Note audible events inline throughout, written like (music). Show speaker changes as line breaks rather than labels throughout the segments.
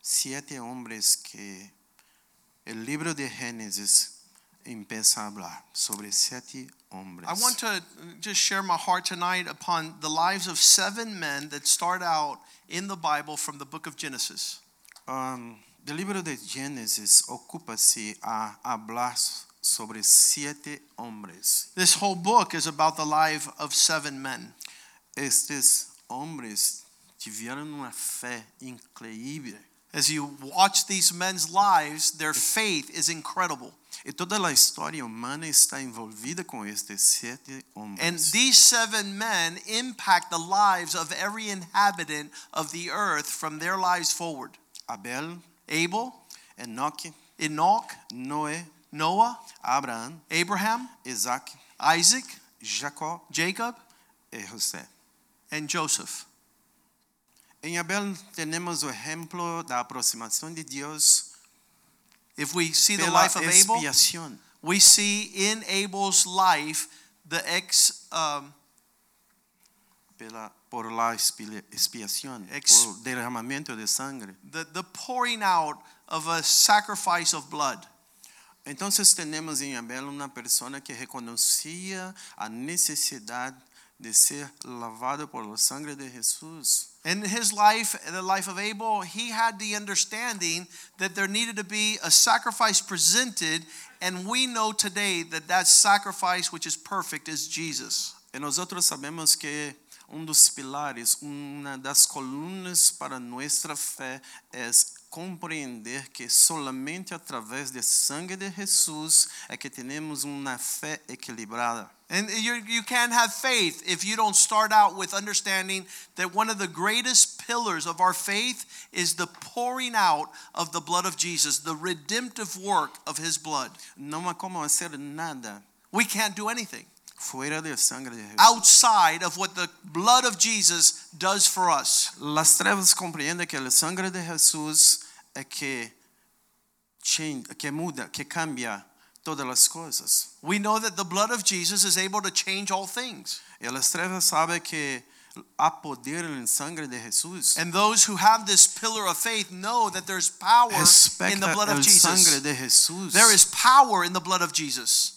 siete hombres que el libro de Génesis empieza a hablar sobre siete hombres.
I want to just share my heart tonight upon the lives of seven men that start out in the Bible from the book of Genesis.
Um, el libro de Génesis ocupa se a hablar sobre siete hombres.
This whole book is about the life of seven men.
Estes hombres tiveram uma fé increíble.
As you watch these men's lives, their faith is incredible.
E toda a história humana está envolvida com estes sete homens.
And these seven men impact the lives of every inhabitant of the earth from their lives forward
Abel,
Abel,
Enoque,
Enoch,
Noé,
Noah,
Abraão,
Abraham,
Isaac,
Isaac,
Jacó
Jacob,
e José.
and Joseph.
Em Abel temos o exemplo da aproximação de Deus
If we see the
pela
life of Abel,
expiação.
we see in Abel's life the ex um,
Pela, por la expi- expiação,
Ex-
por derramamento de sangue.
the, the pouring out of a sacrifice of blood.
Então temos em Abel uma pessoa que reconhecia a necessidade de ser lavado por la sangue de Jesus.
In his life, in the life of Abel, he had the understanding that there needed to be a sacrifice presented, and we know today that that sacrifice, which is perfect, is Jesus.
E nós outros sabemos que um dos pilares, uma das colunas para nossa fé é compreender que somente através do sangue de Jesus é que temos uma fé equilibrada.
And you, you can't have faith if you don't start out with understanding that one of the greatest pillars of our faith is the pouring out of the blood of Jesus, the redemptive work of his blood.
Não há como fazer nada
We can't do anything
fora do sangue de Jesus.
outside of what the blood of Jesus does for us.
As trevas compreendem que o sangue de Jesus é que change, que muda, que cambia todas as coisas.
We know that the blood of Jesus is able to change all things.
E as trevas sabem que há poder no sangue de Jesus.
And those who have this pillar of faith know that there's power in the
Respecta
blood of
el sangre
Jesus.
de Jesús.
There is power in the blood of Jesus.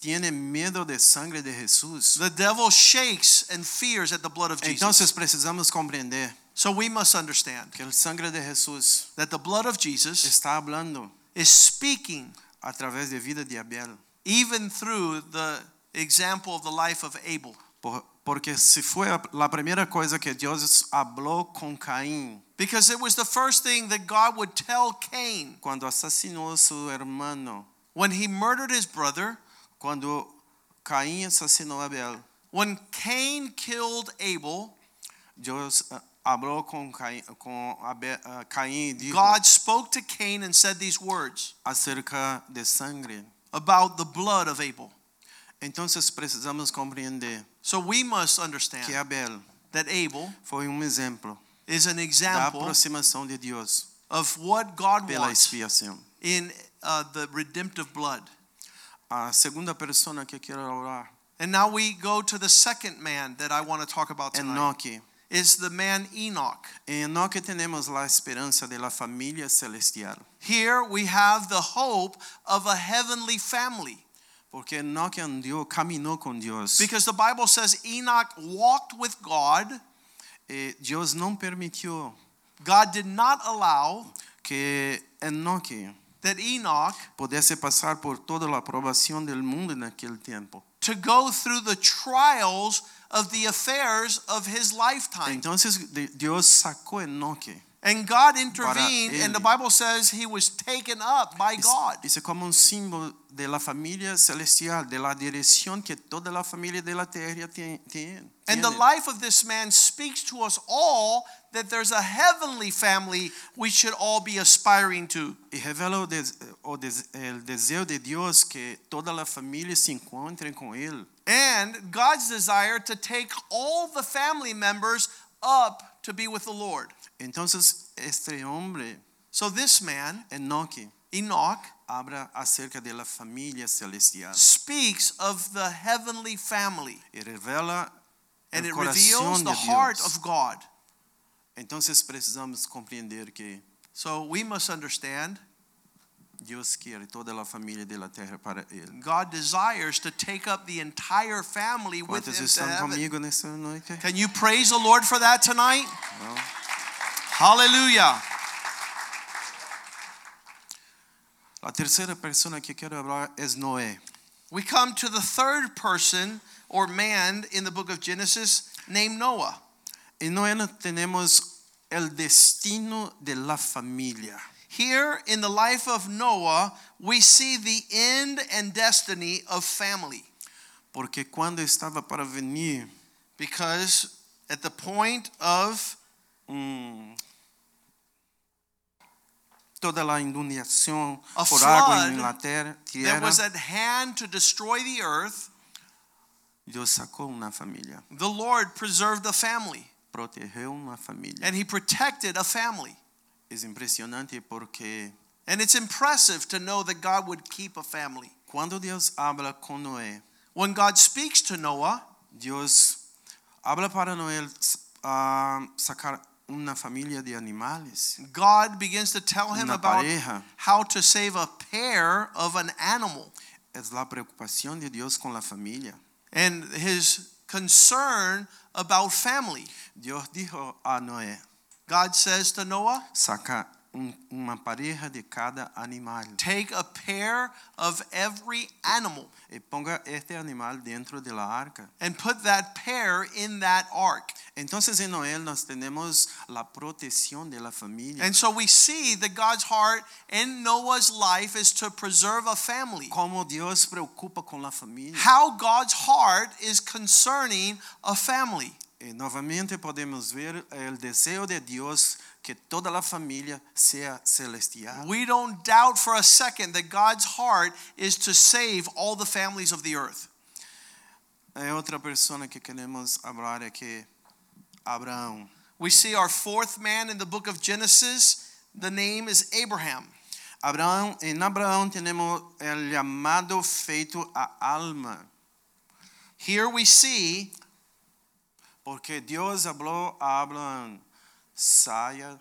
Tiene miedo de sangre de Jesús.
The devil shakes and fears at the blood of Jesus.
Entonces Então, precisamos comprender
so we must understand
que el sangre de Jesús
that the blood of Jesus
está hablando
is speaking
a través de vida de Abel.
even through the example of the life of Abel.
Por- Porque se foi a- la primera cosa que Dios habló con Caín
Because it was the first thing that God would tell Cain
cuando asesinó a su hermano,
when he murdered his brother,
cuando Caín asesinó a Abel,
when Cain killed Abel,
Dios ah, habló con Caín, con Abel- ah, Caín y dijo
God spoke to Cain and said these words
acerca de sangre.
about the blood of Abel.
Entonces precisamos compreender
So we must understand
que é Abel
that Abel
foi um exemplo
is an
da
example
aproximação de Deus
of what God
pela
wants
expiação.
in uh, the redemptive blood.
A segunda pessoa que quero orar, é
And now we go to the second man that I want to talk about tonight.
Enoque.
Is the man Enoch.
Em Enoque temos a esperança de la família celestial,
Here we have the hope of a heavenly family
porque Enoque andou, caminhou com Deus.
because the Bible says Enoch walked with God.
E Deus não permitiu
God did not allow
que Enoque
that Enoch
pudesse passar por toda a aprovação do mundo naquele tempo.
to go through the trials of the affairs of his lifetime.
Então, Deus sacou Enoque
And God
Para
intervened, and the
ele.
Bible says he was taken up by God.
Dice como un símbolo de la familia celestial, de la dirección que toda la familia de la tierra tie- tiene.
And the
tiene.
life of this man speaks to us all that there's a heavenly family we should all be aspiring to.
Y revela o des- o des- el deseo de Dios que toda la familia se encuentre con Él.
And God's desire to take all the family members up to be with the Lord.
Entonces, este hombre,
So this man,
Enoque,
Enoch,
habla acerca de la familia celestial
speaks of the heavenly family
y revela
and
el
it
corazón
reveals
de
the heart
Dios.
of God.
Entonces precisamos comprender que
So we must understand
Dios quiere toda la familia de la tierra para Él.
God desires to take up the entire family with him
¿Cuántos
to
están
heaven.
conmigo en esta noche?
Can you praise the Lord for that tonight? Hallelujah.
La tercera persona que quiero hablar es Noé.
We come to the third person or man in the book of Genesis named Noah.
Y Noé no tenemos el destino de la familia.
Here in the life of Noah, we see the end and destiny of family
Porque cuando estaba para venir
because at the point of
mm, toda la inundación
A
por agua
flood
en la ter-
that
tierra,
was at hand to destroy the earth,
Dios sacó una familia,
the Lord preserved a family
protegió una familia.
and he protected a family.
Es impresionante porque
And it's impressive to know that God would keep a family.
cuando Dios habla con Noé,
When God speaks to Noah,
Dios habla para Noé ah, sacar una familia de animales,
God begins to tell him
una
about
pareja.
how to save a pair of an animal.
Es la preocupación de Dios con la familia.
and his concern about family.
Dios dijo a Noé,
God says to Noah,
saca un- una pareja de cada animal
Take a pair of every animal
y ponga este animal dentro de la arca.
and put that pair in that ark.
Entonces en Noé nos tenemos la protección de la familia.
And so we see that God's heart in Noah's life is to preserve a family.
Como Dios preocupa con la familia.
How God's heart is concerning a family.
E novamente podemos ver el deseo de Dios que toda la familia sea celestial.
We don't doubt for a second that God's heart is to save all the families of the earth.
Hay otra persona que queremos hablar es que Abraham.
We see our fourth man in the book of Genesis. The name is Abraham.
Abraham, en Abraham tenemos el llamado feito a alma,
Here we see
porque Dios habló a Abraham, saya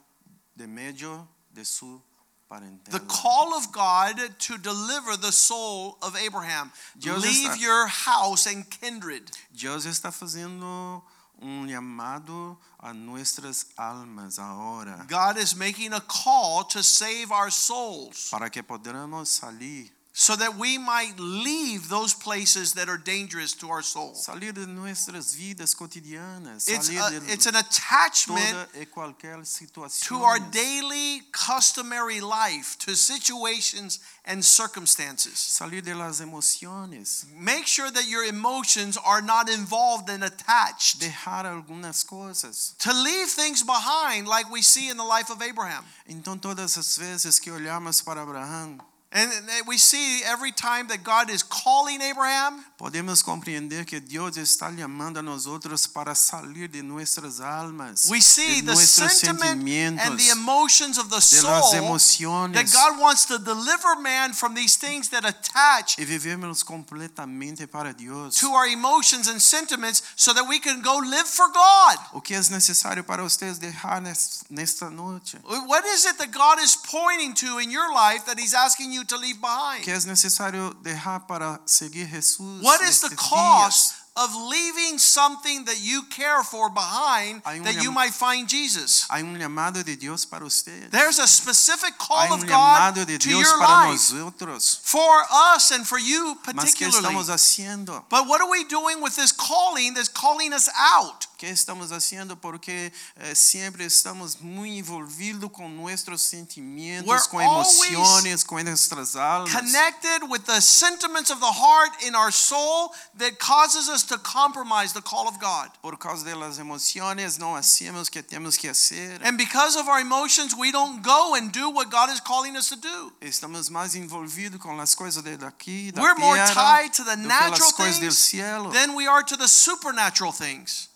de medio de su
the
parentela.
call of God to deliver the soul of Abraham.
Dios
Leave
está-
your house and kindred.
Dios está haciendo un llamado a nuestras almas ahora.
God is making a call to save our souls
para que podamos salir,
so that we might leave those places that are dangerous to our soul.
salir de nuestras vidas cotidianas,
It's,
salir
a-
de
it's an attachment
toda y cualquier
to
situación.
our daily, customary life, to situations and circumstances.
salir de las emociones,
Make sure that your emotions are not involved and attached.
dejar algunas cosas.
to leave things behind like we see in the life of Abraham.
Então todas as vezes que olhamos para Abraão,
And and we see every time that God is calling Abraham,
podemos compreender que Deus está chamando a nós outros para salir de nossas almas,
we see
de
the
nossos
sentiment
sentimentos,
and the emotions of the
de las
soul that
emociones
God wants to deliver man from these things that attach
e vivemos completamente para Deus.
to our emotions and sentiments so that we can go live for God.
O que é necessário para vocês deixar nes- nesta noite?
What is it that God is pointing to in your life that he's asking you to leave
O que
behind?
é necessário deixar para seguir Jesus?
What is
nestes
the
dias?
cost of leaving something that you care for behind
Hay un
that you
llam-
might find Jesus?
Há um chamado de Deus para vocês.
There's a specific
Há
call
um
of God
chamado de
to
Deus
your
para
life
nós outros.
for us and for you
Mas que
particularly.
estamos fazendo?
But what are we doing with this calling that's calling us out?
¿Qué estamos haciendo? Porque eh, siempre estamos muy envolvidos con nuestros sentimientos,
We're
con
always
emociones, con nuestras almas.
Connected with the sentiments of the heart in our soul that causes us to compromise the call of God.
Por causa de las emociones no hacemos lo que tenemos que hacer.
And because of our emotions, we don't go and do what God is calling us to do.
Estamos más envolvidos con las cosas de aquí, da
We're more
tierra,
tied to the
do que
natural
las cosas del
things
cielo.
than we are to the supernatural things.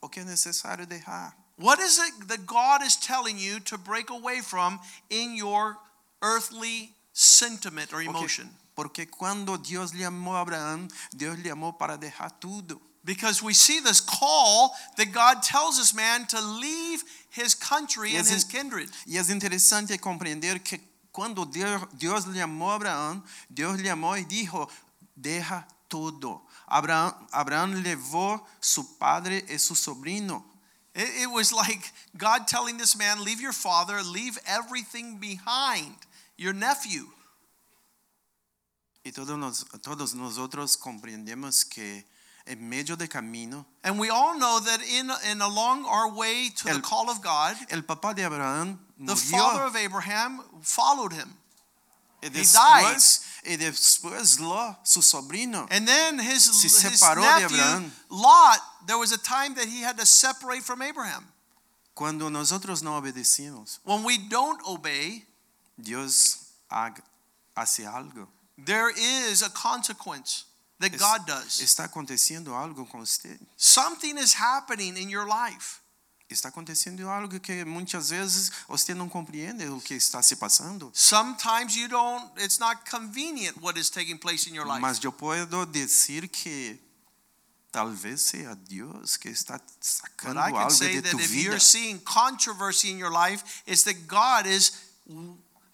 o que es necesario dejar.
What is it that God is telling you to break away from in your earthly sentiment or
Porque-
emotion?
Porque cuando Dios llamó a Abraham, Dios le llamó para dejar todo.
Because we see this call that God tells this man to leave his country and
Yes,
his
it-
kindred.
E é interessante compreender que quando Deus, Dios llamó a Abraão, Deus llamó e dijo, deja todo. Abraão, Abraão levou su padre e su sobrino.
It, it was like God telling this man, leave your father, leave everything behind, your nephew.
E todos, nos, todos nosotros compreendemos que en medio de camino,
And we all know that in, in along our way to the
El-
call of God,
el papá de Abraão
the
murió.
father of Abraham followed him.
E
died.
después, e después Ló, su sobrino.
And then his,
Se
his
separó de
nephew,
Abraham.
Lot, there was a time that he had to separate from Abraham.
Cuando nosotros no obedecemos,
When we don't obey,
Dios haga- hace algo.
there is a consequence that
Es-
God does.
Está aconteciendo algo con usted.
Something is happening in your life.
Está acontecendo algo que muitas vezes você não compreende o que está se passando.
Sometimes you don't, it's not convenient what is taking place in your life.
Mas eu posso dizer que talvez seja Deus que está
But
sacando
I can
algo
say
de
that
tu
if
vida.
you're seeing controversy in your life, it's that God is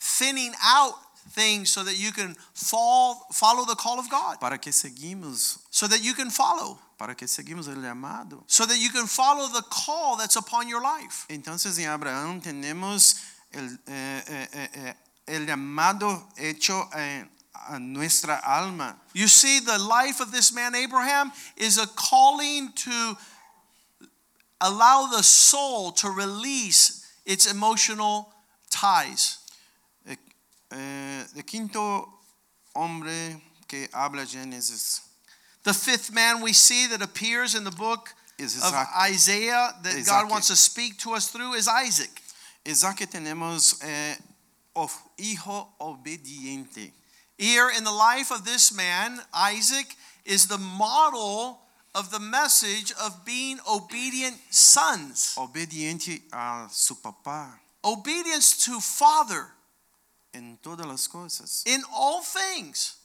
thinning out things so that you can fall, follow the call of God,
Para que seguimos,
so that you can follow,
para que seguimos o amado.
so that you can follow the call that's upon your life.
Então, em Abraão temos el, eh, eh, eh, eh, el llamado hecho eh, a nuestra alma.
You see, the life of this man Abraham is a calling to allow the soul to release its emotional ties.
Eh, el quinto hombre que habla Génesis
The fifth man we see that appears in the book
es
of
Isaac.
Isaiah that God
Isaac.
wants to speak to us through is Isaac.
Isaac tenemos eh, of- hijo obediente.
Here in the life of this man, Isaac is the model of the message of being obedient sons,
Obediente a su papá
obedience to father
en todas las cosas.
in all things.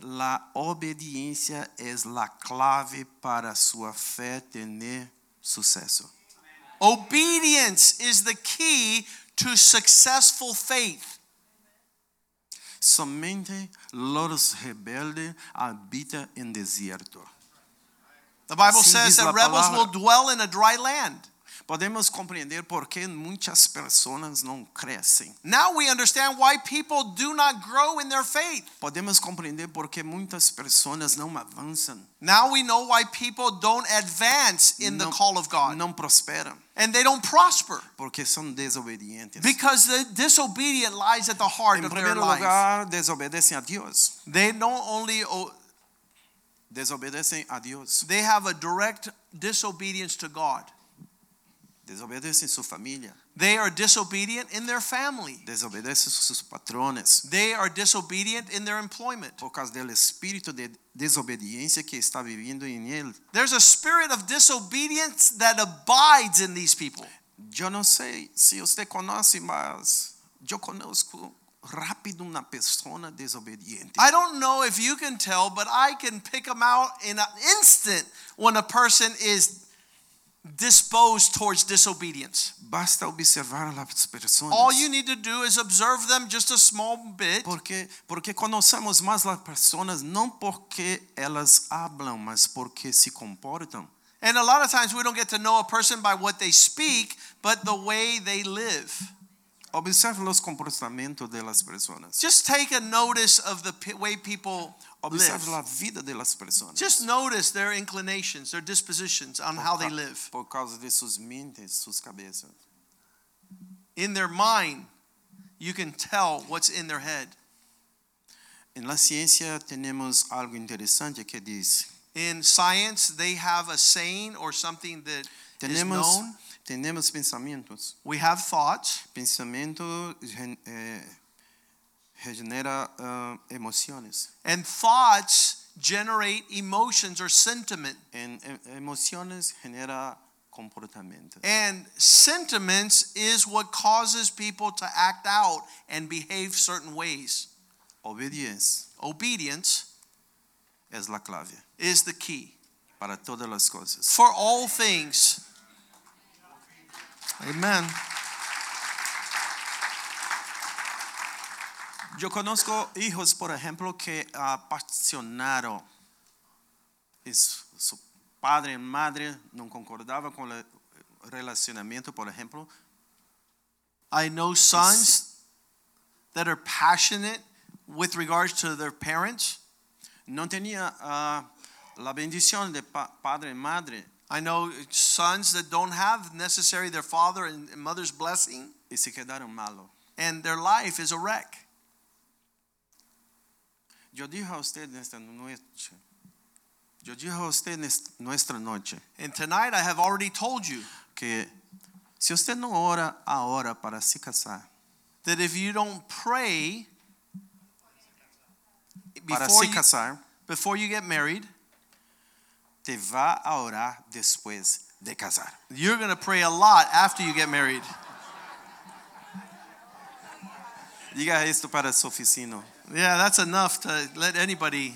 La obediencia es la clave para su fe tener suceso.
Obedience is the key to successful faith.
Somente los rebeldes habitan en desierto.
The Bible
Así
says
dice la
that rebels will
palabra.
dwell in a dry land.
Podemos compreender por qué muchas personas no crecen.
Now we understand why people do not grow in their faith.
Podemos compreender por que muitas pessoas não avançam,
Now we know why people don't advance in the
No-
call of God
não prosperam,
and they don't prosper
porque são desobedientes.
because the disobedient lies at the heart
em
of their
primeiro
life.
lugar, desobedecem a Deus.
They don't only o-
Desobedecem a Deus.
they have a direct disobedience to God.
Desobedecem sua família.
They are disobedient in their family.
Desobedecem seus patrones.
They are disobedient in their employment.
Por causa do espírito de desobediência que está vivendo em ele.
There's a spirit of disobedience that abides in these people.
Eu não sei se você conhece, mas eu conosco rápido uma pessoa desobediente.
I don't know if you can tell, but I can pick them out in an instant when a person is disposed towards disobedience.
Basta observar as pessoas.
All you need to do is observe them just a small bit
Porque, porque conhecemos mais as pessoas não porque elas hablam, mas porque se comportam.
And a lot of times we don't get to know a person by what they speak, but the way they live.
Observe los comportamientos de las personas.
Just take a notice of the p- way people
Observe
live.
la vida de las personas.
Just notice their inclinations, their dispositions on how they
Ca-
live.
Por causa de sus mentes, sus cabezas.
In their mind, you can tell what's in their head.
En la ciencia tenemos algo interesante que dice.
In science, they have a saying or something that is
Tenemos,
known.
tenemos pensamientos.
We have thoughts.
Pensamiento gen- eh, genera ah, emociones.
And thoughts generate emotions or sentiment.
En, em- emociones genera comportamiento.
And sentiments is what causes people to act out and behave certain ways.
Obediencia
Obedience
es la clave
is the key
para todas las cosas.
for all things.
Amen. Yo conozco hijos, por ejemplo, que apasionaron. Y su, su padre y madre no concordaba con el relacionamiento, por ejemplo.
I know sons that are passionate with regards to their parents.
No tenía ah, la bendición de pa- padre y madre
I know sons that don't have necessarily their father and and mother's blessing,
y se quedaron malos.
and their life is a wreck.
Yo dije a usted en esta noche, yo dije a usted en est- nuestra noche,
And tonight I have already told you
que si usted no ora ahora para se casar,
that if you don't pray
para
before
se
you,
casar,
before you get married,
te va a orar después de casar.
you're going to pray a lot after you get married.
Diga esto para su oficina.
Yeah, that's enough to let anybody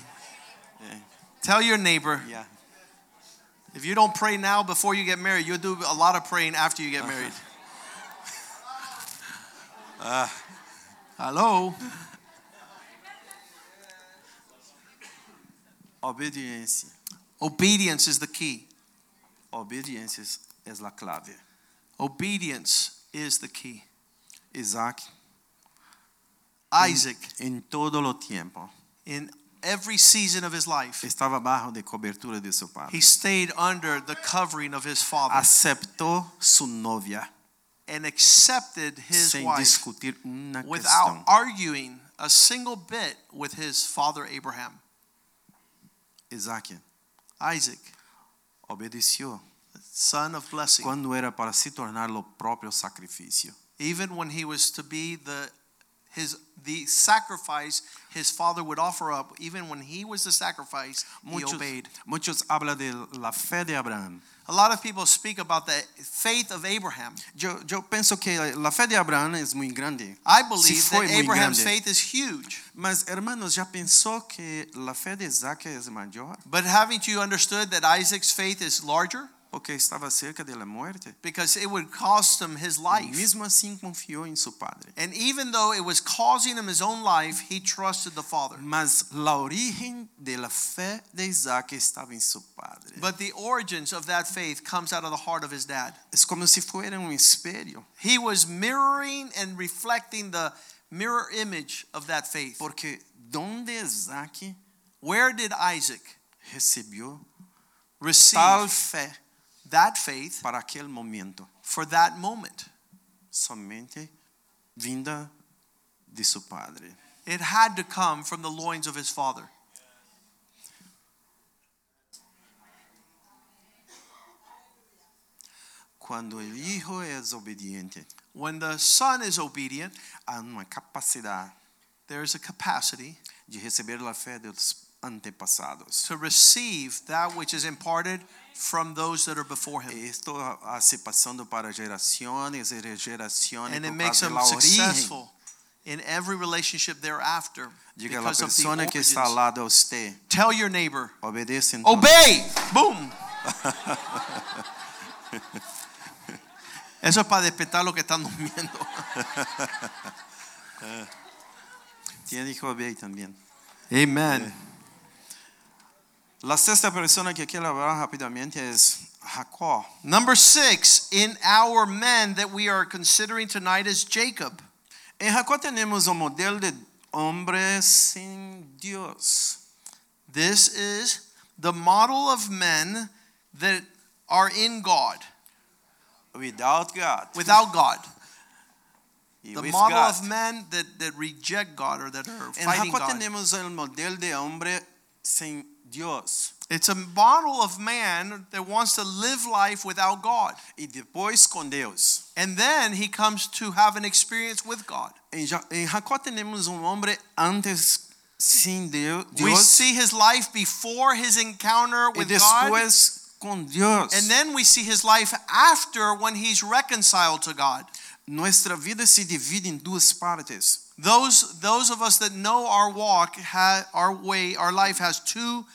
Yeah.
tell your neighbor.
Ya.
If you don't pray now before you get married, you'll do a lot of praying after you get married. Uh, Hello.
Obediencia.
Obedience is the key.
Obediencia es es la clave.
Obedience is the key.
Isaac,
Isaac,
en todo lo tiempo,
in every season of his life,
estaba bajo de cobertura de su padre.
he stayed under the covering of his father
Aceptó su novia
and accepted his
sin
wife
discutir una
without
cuestión.
arguing a single bit with his father Abraham.
Isaac
Isaac,
obedeció
son of blessing.
cuando era para se tornar lo propio sacrificio.
even when he was to be the his the sacrifice his father would offer up even when he was the sacrifice he
Muchos,
obeyed
muchos hablan de la fe de Abraham.
a lot of people speak about the faith of abraham
Yo, yo pienso que la fe de Abraham es muy grande.
i believe
Sí, fue
that
muy
abraham's
grande.
faith is huge
Mas, hermanos, ¿ya pensó que la fe de Isaac es mayor?
but haven't you understood that isaac's faith is larger
Porque estaba cerca de la muerte.
because it would cost him his
Y
life
Mismo así confió en su padre.
and even though it was causing him his own life he trusted the father
Mas la origen de la fe de Isaac estaba en su padre.
but the origins of that faith comes out of the heart of his dad
es É como si fuera um un espejo.
He was mirroring and reflecting the mirror image of that faith.
Porque donde Isaac
Where did Isaac
recibió tal
receive
fe
that faith
para aquel momento?
for that moment?
Somente vinda de su padre.
It had to come from the loins of his father.
Cuando el hijo es obediente,
When the son is obedient,
há uma capacidade
there is a capacity
de receber a fé dos antepassados.
to receive that which is imparted from those that are before him.
Isto hace passando para gerações e gerações
And it
por
makes
causa
him
da origem.
successful in every relationship thereafter
Diga a
because of the
pessoa que está ao
origins.
lado de você,
Tell your neighbor,
obedeça então.
Obey. Boom. Eso es para despertar lo que están durmiendo.
Tiene que obedecer também.
Amen.
A sexta pessoa que quero falar rapidamente é Jacó.
Number six in our men that we are considering tonight is Jacob.
En Jacob tenemos un modelo de hombre sin Dios.
This is the model of men that are in God,
Without God. (laughs)
without God.
Y
The
with
model
God.
of men that, that reject God or that are
En
fighting
Jacob
God.
tenemos el modelo de hombre sin Dios.
It's a model of man that wants to live life without God.
Y después con Dios.
And then he comes to have an experience with God.
En, Ja- en Jacob tenemos un hombre um antes sin Deo-
We
Dios
see his life before his encounter
y
with God.
después con Dios.
And then we see his life after when he's reconciled to God.
Nuestra vida se divide en dos partes.
Those those of us that know our walk, ha, our way, our life has two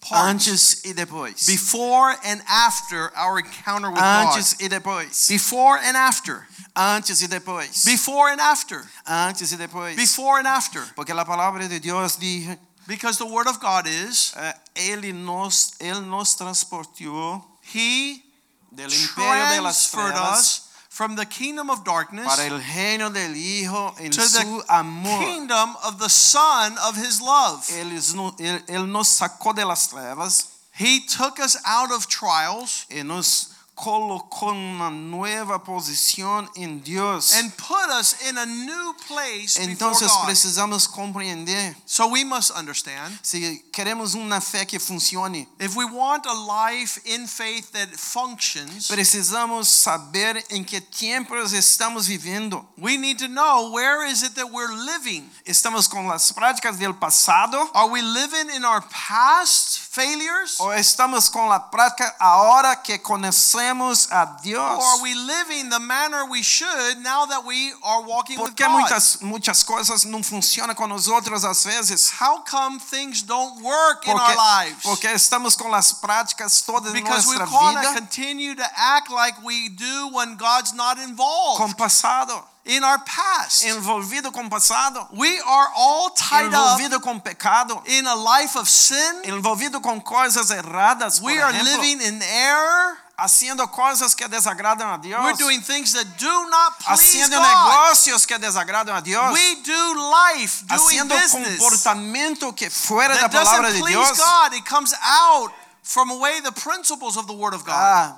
parts:
Antes y después.
before and after our encounter with God.
Antes y después.
Before and after.
Antes y después.
Before and after.
Antes y después.
Before and after.
Porque la palabra de Dios dice,
Because the word of God is
eh, él nos él nos transportó
He
del imperio de las
transferred
trevas
us from the kingdom of darkness
para el reino del hijo en
to
su
the
amor.
kingdom of the Son of His love.
Ele, ele, ele nos sacou de las trevas
He took us out of trials
e nos colocou numa nova posição em Deus.
and put us in a new place before
Então
God.
precisamos compreender
So we must understand
se queremos uma fé que funcione,
if we want a life in faith that functions,
precisamos saber em que tempos estamos vivendo.
we need to know where is it that we're living?
Estamos com as práticas do passado
Are we living in our past failures? Or
ou estamos com a prática a hora que conhecemos a Deus?
are we living the manner we should now that we are walking with
Porque
God?
muitas muitas coisas não funcionam com nós outros às vezes.
How come things don't work in our
Porque-
lives?
Porque estamos com as práticas todas de
because we
nossa
want to
vida
continue to act like we do when God's not involved
com passado,
in our past.
envolvido com passado,
we are all tied up
envolvido com pecado,
in a life of sin.
envolvido com coisas erradas, por
We are
exemplo,
living in error.
haciendo coisas que desagradam a Deus,
We're doing things that do not please
haciendo
God.
negócios que desagradam a Deus,
We do life doing
haciendo
business
comportamento que fuera da
that
palavra
doesn't
de
please
Deus.
God. It comes out from away the principles of the Word of God.
Ah,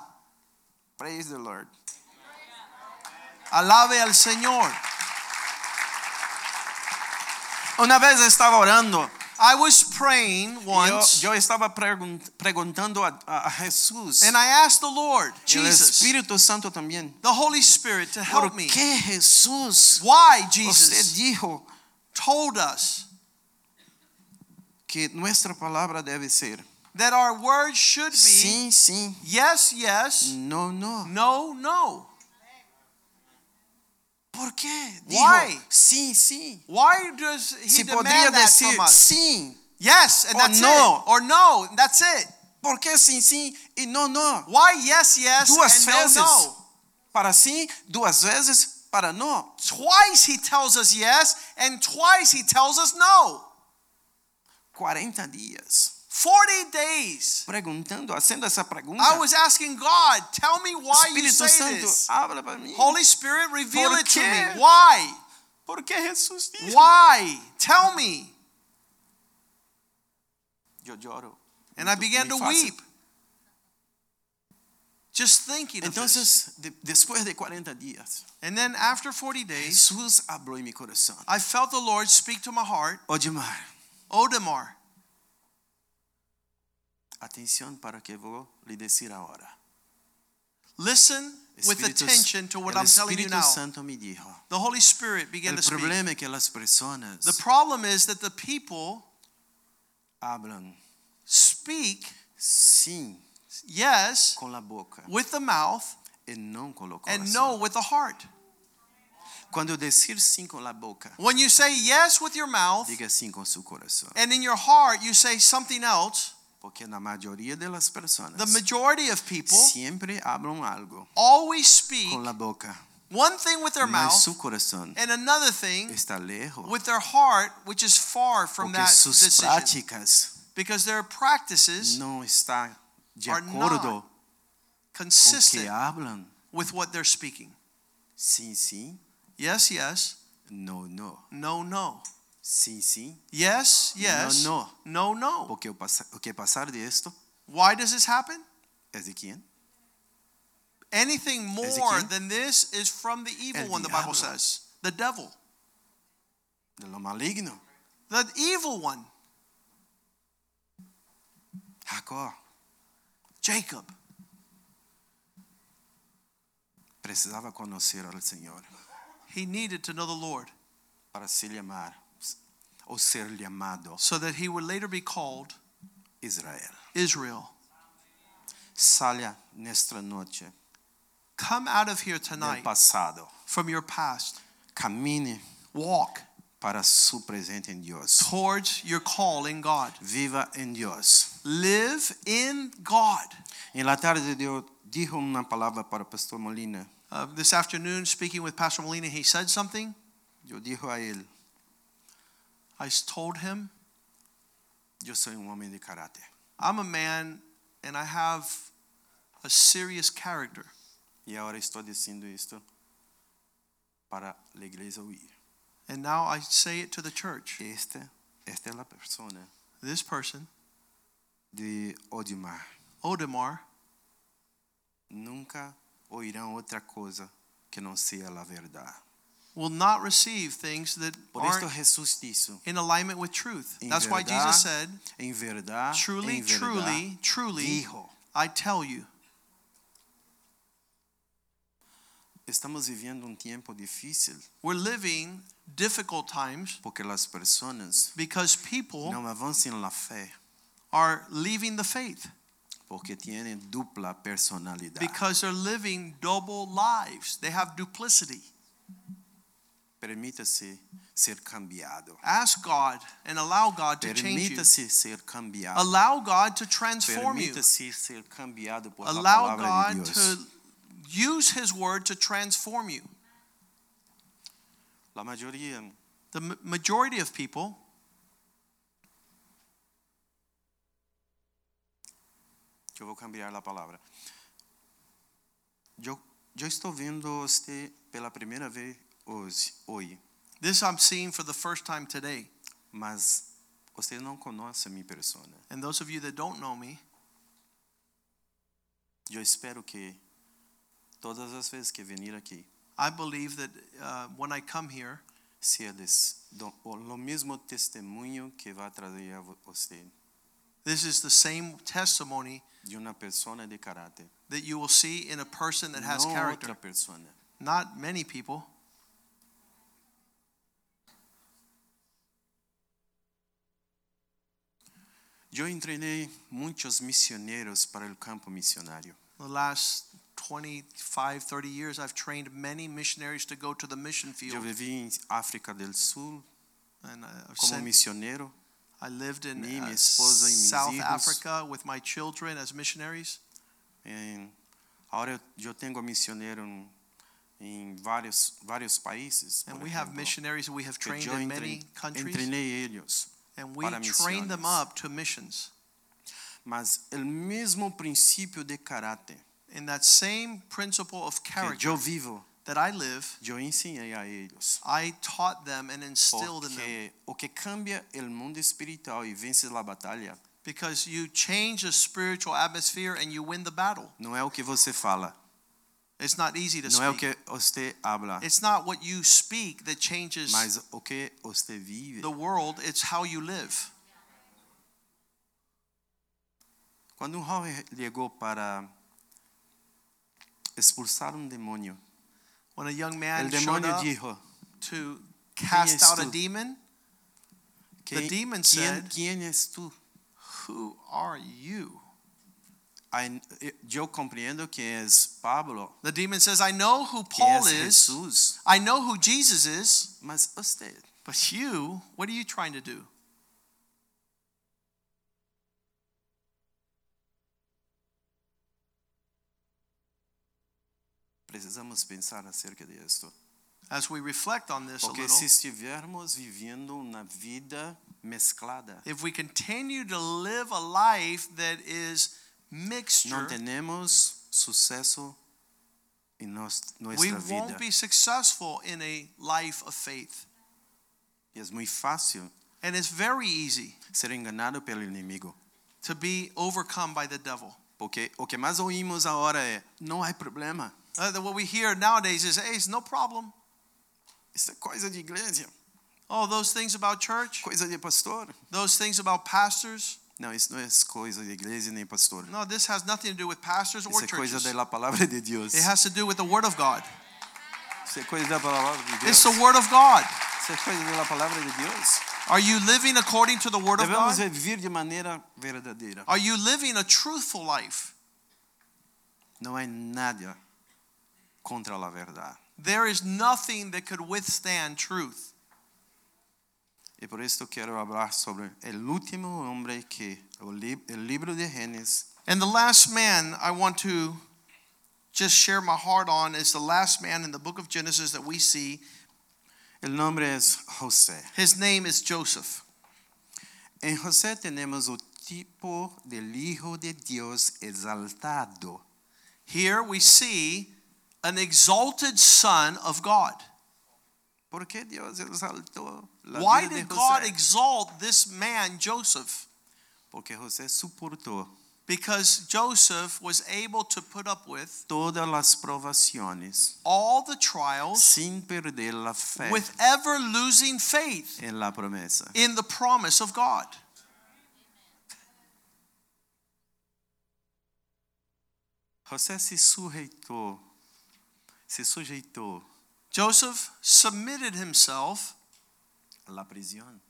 praise the Lord. Ah.
Alabe al Señor.
Uma vez eu estava orando.
I was praying
Eu,
once.
eu estava pergun- perguntando a, a a Jesus,
And I asked the Lord,
e o
Jesus,
Espírito Santo também,
the Holy Spirit, to help
¿por
me.
que Jesus,
Why
você
Jesus
dijo
told us
que nossa palavra deve ser
that our word should be
sim, sim,
yes, yes,
não, não?
no, no.
Por que?
Why?
Dijo, sim, sim.
Why does he
Se poderia
demand that
dizer
from us?
sim,
Yes, and
or
that's
no.
it. Or no, and that's it.
por que sim, sim e não, não?
Why yes, yes,
Duas
and
vezes.
no, no?
Para sim, duas vezes, para não.
Twice he tells us yes, and twice he tells us no.
40 dias.
40 days.
Perguntando, fazendo essa pergunta.
I was asking God, tell me why you
Espírito
say
Santo,
this.
habla para mim.
Holy Spirit, reveal
Por
it to
quê?
me. Why?
Por que Jesus dijo?
Why? Tell me.
Eu choro.
And I began to
Muito fácil.
weep. Just thinking of this.
Entonces, Então, de- después de 40 dias,
And then after 40 days,
Jesus abriu meu coração.
I felt the Lord speak to my heart,
Odimar,
Odemar,
atenção para o que vou lhe dizer agora.
listen with
Espírito-
attention to what
el
I'm telling you
Espírito
now.
Santo me dijo.
The Holy Spirit began
El
to speak.
problema é que as pessoas
The problem is that the people
hablam
speak
sim
yes
com a boca
with the mouth
e não com o coração.
and no with the heart.
Quando eu dizer sim com a boca,
When you say yes with your mouth
diga sim com seu coração.
and in your heart you say something else,
Porque na maioria das pessoas
the majority of people
sempre hablam algo
always speak
com a boca,
one thing with their
mas
mouth
seu coração
and another thing
está lejos.
with their heart, which is far from
porque
that
suas
decision.
práticas
Because their practices
não estão de
are
acordo
not
com o que
consistent
hablam.
with what they're speaking.
Sim, sim
Yes, yes,
No, no.
No, no.
Sim, sim.
Yes, yes.
No,
no. No, no.
Porque o, pasa- o que pasar de esto
Why does this happen?
es de quién?
Anything more
Ezequiel?
than this is from the evil
El
one, the Bible
diablo.
says. The devil.
De lo maligno.
The evil one,
Jacob.
Jacob.
Precisava conhecer ao Senhor
He needed to know the Lord
para se chamar ou ser chamado
so that he would later be called
Israel.
Israel.
Salha nesta noite
Come out of here
do
tonight
passado.
from your past.
Camine
Walk
para su presente em Deus.
towards your call in God.
Viva em Deus.
Live in God.
Em la tarde Deus dijo uma palavra para o pastor Molina.
Uh, this afternoon, speaking with Pastor Molina, he said something.
Eu dijo a ele,
I told him,
eu sou um homem de caráter.
I'm a man and I have a serious character.
E agora estou dizendo isto para a igreja ouvir.
And now I say it to the church.
Esta, esta é a pessoa
This person,
de Odimar.
Odemar,
Nunca ouvirão outra coisa que não seja a verdade.
will not receive things that
Por isso
aren't
Jesus disse,
in alignment with truth.
Em
That's why
verdade,
Jesus said,
em verdade,
Truly,
em verdade,
truly, truly,
dijo.
I tell you.
Estamos vivendo um tempo difícil
We're living difficult times
porque as pessoas
because people
não avançam na fé
are leaving the faith
porque têm dupla personalidade.
because they're living double lives. They have duplicity.
Permita-se ser cambiado.
Ask God and allow God to change you.
Permita-se ser cambiado.
Allow God to transform you.
Permita-se ser cambiado por a
Allow
palavra de
God
Deus.
to use His word to transform you.
A maioria
The ma- majority of people
que eu vou cambiar a palavra. Eu, eu estou vendo você pela primeira vez hoje, hoje,
This I'm seeing for the first time today.
mas você não conhece a minha persona.
And those of you that don't know me,
Eu espero que todas as vezes que vir aqui,
I believe that uh, when I come here,
seja des- do- o o mesmo testemunho que vai trazer a vo- você
this is the same testimony
de uma pessoa de caráter,
that you will see in a person that has
não
character.
outra pessoa.
Not many people.
Eu treinei muitos missioneiros para o campo missionário.
The last 25, 30 years, I've trained many missionaries to go to the mission
Eu
field.
vivi em África do Sul
And I- I've
como
sent-
missionário.
I lived in
mim,
uh,
minha esposa e meus
South
hijos.
Africa with my children as missionaries.
Em, agora eu, eu tenho missioneiro em, em vários vários países. por
And we have
exemplo,
missionaries we have
que
trained
eu
in
entre-
many countries.
Treinei eles.
And we
para
train them
misiones.
up to missions.
Mas o mesmo princípio de caráter
And that same principle of
que
character
eu vivo,
that I live,
eu ensinei a eles.
I taught them and instilled in them.
Porque o que cambia o mundo espiritual e vence a batalha
Because you change the spiritual atmosphere and you win the battle.
não é o que você fala,
It's not easy to
não é o
speak.
que você habla,
It's not what you speak that changes
mas o que você vive.
the world, it's how you live.
Quando um jovem chegou para expulsar um demônio,
When a young
o
man showed
demônio
up
dijo:
to cast
és
out
tu?
a demon,
quem,
demon
quem,
said-
quem és tu?
who are you?
Aí, Eu compreendo que és Pablo,
The demon says, I know who
que
Paul
és
is.
Jesus,
I know who Jesus is,
mas você
but you, what are you trying to do?
precisamos pensar acerca disso.
As we reflect on this a
Porque
little,
se estivermos vivendo uma vida mesclada,
if we continue to live a life that is
não
mixture,
temos sucesso em nós-
We
nuestra vida.
won't be successful in a life of faith.
E é muito fácil
And it's very easy
ser enganado pelo inimigo.
to be overcome by the devil.
Porque o que mais ouvimos agora é: não há problema.
Uh, what we hear nowadays is, hey, it's no problem.
Isso é coisa de igreja,
Oh, those things about church,
coisa de pastor.
those things about pastors.
Não, isso não é coisa de igreja nem pastor.
No, this has nothing to do with pastors or
Isso é coisa
churches.
da palavra de Deus.
It has to do with the Word of God.
Isso é coisa da palavra de Deus.
It's the Word of God.
Isso é coisa da palavra de Deus.
Are you living according to the Word of
Devemos
God?
viver de maneira verdadeira.
Are you living a truthful life?
Não é nada contra a verdade.
There is nothing that could withstand truth.
E por isso quero falar sobre o último homem que o, li o livro de Gênesis
And the last man I want to just share my heart on is the last man in the book of Genesis that we see.
O nome é José.
His name is Joseph.
Em José temos o tipo do Hijo de Deus exaltado.
Here we see an exalted son of God.
Por que Deus exaltou a
Why
vida de
did God
José?
exalt this man, Joseph?
Porque José suportou
Because Joseph was able to put up with
todas as provações
all the trials
sem perder a fé
with ever losing faith
em la promessa.
in the promise of God.
José se sujeitou, se sujeitou
Joseph submitted himself
à prisão,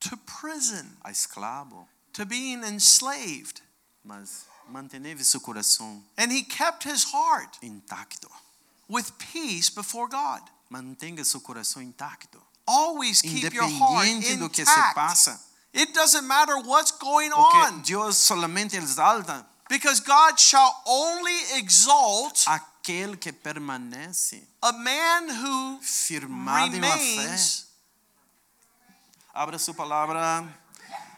to prison,
a escravo,
to being enslaved,
mas manteve seu coração
and he kept his heart
intacto.
with peace before God.
Mantenha seu coração intacto,
Always keep your heart
independente do que se
intact.
passa.
It doesn't matter what's going
Porque
on,
Deus solamente exalta
because God shall only exalt
aquele que permanece
a man who
firmado em la fé.
remains
Abra sua palavra.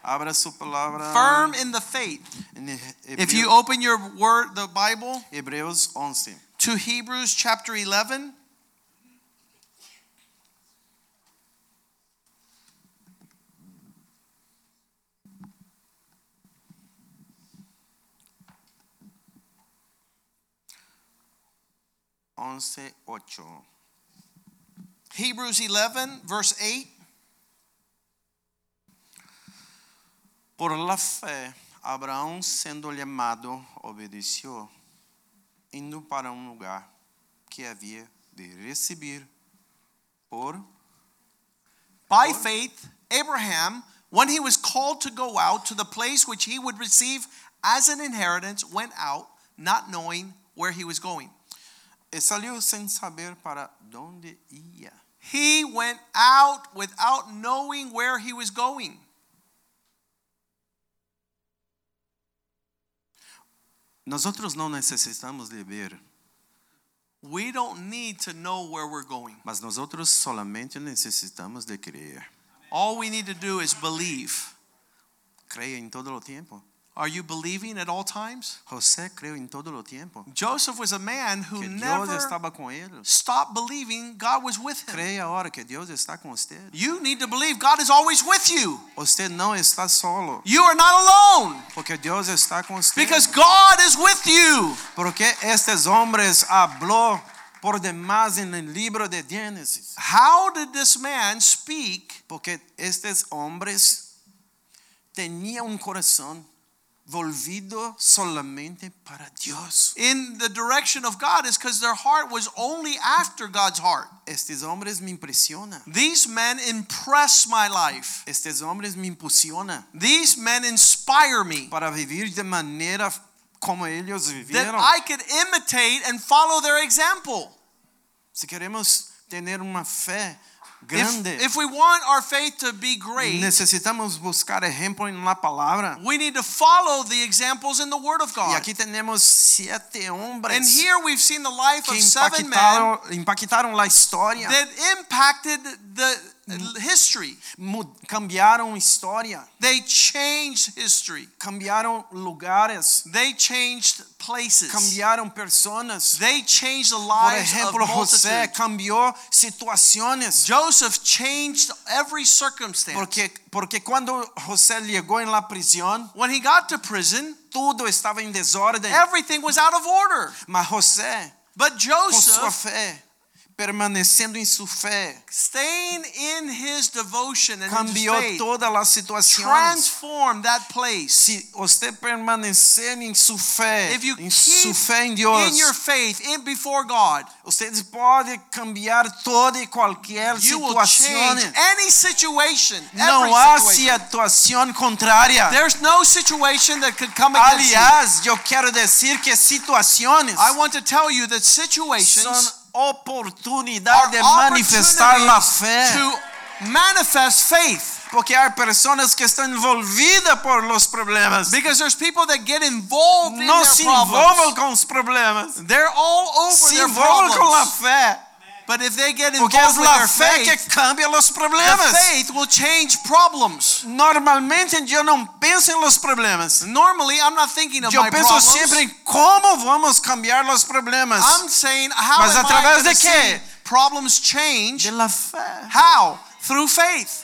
Abra sua palavra.
firm in the faith.
Em
If you
Hebreu,
open your word, the Bible,
Hebreus 11.
to Hebrews chapter 11,
Once, ocho.
Hebrews 11, verse 8.
Por la fe, Abraão, sendo chamado, obedeceu, indo para um lugar que havia de receber por
By faith, Abraham, when he was called to go out to the place which he would receive as an inheritance, went out, not knowing where he was going.
e saiu sem saber para onde ia.
He went out without knowing where he was going.
Nós outros não necessitamos de ver,
We don't need to know where we're going.
mas nós outros solamente necessitamos de crer.
All we need to do is believe.
Creia em todo o tempo.
Are you believing at all times?
José creu em todo o tempo.
Joseph was a man who
Que Deus
never
estava com ele.
stopped believing God was with him.
Creia agora que Deus está com você.
You need to believe God is always with you.
Você não está solo,
You are not alone
porque Deus está com você.
because God is with you.
Porque estes homens habló por demais no livro de Gênesis.
How did this man speak?
Porque estes homens tinham um coração volvido solamente para Deus.
In the direction of God is because their heart was only after God's heart.
Estes homens me impressionam.
These men impress my life.
Estes homens me impulsionam
These men inspire me
para viver de maneira como eles
that
viveram.
I could imitate and follow their example.
Se queremos ter uma fé
If,
grande,
if we want our faith to be great,
necessitamos buscar exemplo na palavra.
we need to follow the examples in the Word of
E
God.
aqui temos sete homens
And here we've seen the life
que
of seven men
oh, impactaram, impactaram a história.
that impacted the history.
Mu- Cambiaram história,
They changed history.
cambiaram lugares,
They changed places.
cambiaram personas.
They changed the
Por
lives
ejemplo,
of
José
multitudes.
cambió situaciones.
Joseph changed every circumstance.
Porque, porque cuando José llegó en la prisión,
when he got to prison,
todo estaba en desorden.
everything was out of order.
Mas José,
But
com sua
Joseph,
fé, permanecendo em sua fé,
staying in his devotion and in his
cambió
faith,
todas las situaciones.
transformed that place.
Se você permanecer em sua fé,
If you
em
keep
sua fé em Deus,
in your faith, in before God,
vocês podem cambiar toda e qualquer
you will
situação.
change any situation. every
Não há
situation.
situação contrária.
There's no situation that could come against you.
Aliás, eu quero dizer que situações
I want to tell you that situations
são oportunidade
are
de manifestar a
opportunities
fé. eh.
to manifest faith.
Porque há pessoas que estão envolvidas por los problemas.
Because there's people that get involved in
Não se
their problems.
envolvam com os problemas.
They're all over
Se
their
envolvam com a
problemas.
fé.
But if they get involved
Porque é
with their
a fé que
faith,
cambia os
the
problemas.
faith will change problems.
Normalmente eu não penso em los problemas.
Normally, I'm not thinking of
Eu
my
penso
problems.
sempre em como vamos cambiar os problemas.
I'm saying how
Mas
am I
através
gonna
de
see
quê?
problems change?
Pela fé.
How? Through faith.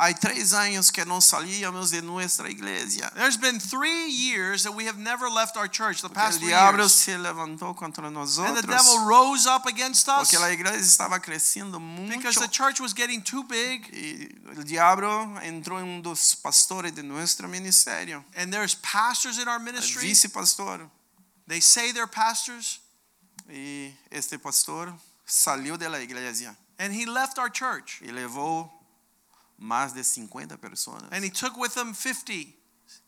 Há três anos que não salíamos de nossa igreja.
There's been three years that we have never left our church. The
Porque o
past three
diabo
years.
se levantou contra nós
And the
outros.
devil rose up against us
Porque a igreja estava crescendo muito.
because the church was getting too big.
E o diabo entrou em um dos pastores de nosso ministério.
And there's pastors in our ministry.
Vice-pastor.
They say they're pastors.
E este pastor saiu da igreja
And he left our church.
e levou mais de 50 pessoas.
And he took with him 50.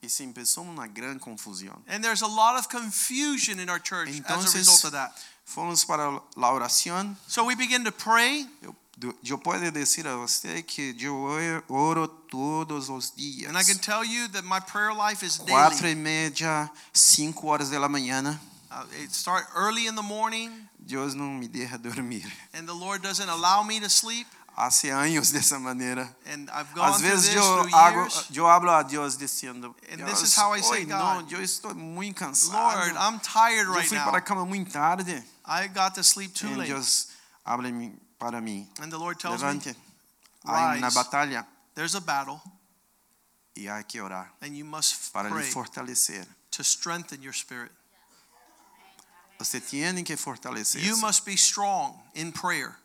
E se começou uma grande confusão.
And there's a lot of confusion in our church as
Entonces-
a result of that.
Fomos para a oração.
So we begin to pray.
Eu, eu posso dizer a você que eu oro- oro todos os dias.
And I can tell you that my prayer life is
Quatro
daily.
e meia, cinco horas da manhã,
Uh, it start early in the morning,
Deus não me deixa dormir.
and the Lord doesn't allow me to sleep.
Há anos dessa maneira.
And I've gone
Às
through
vezes
this
eu,
through
hago-
years.
eu hablo a Deus dizendo,
And
Deus,
this is how I
oi,
say,
não,
God,
eu estou muito
Lord,
cansado.
I'm tired
eu
right
uh, fui para a
now.
cama muito tarde.
I got to sleep too
E
late.
Deus habla em mim- para mim,
And the Lord tells me
levante, há
rise.
uma batalha
there's a battle,
e há que orar
and you must
para
pray
lhe fortalecer.
to strengthen your spirit.
Você tem que fortalecer
You must be strong in prayer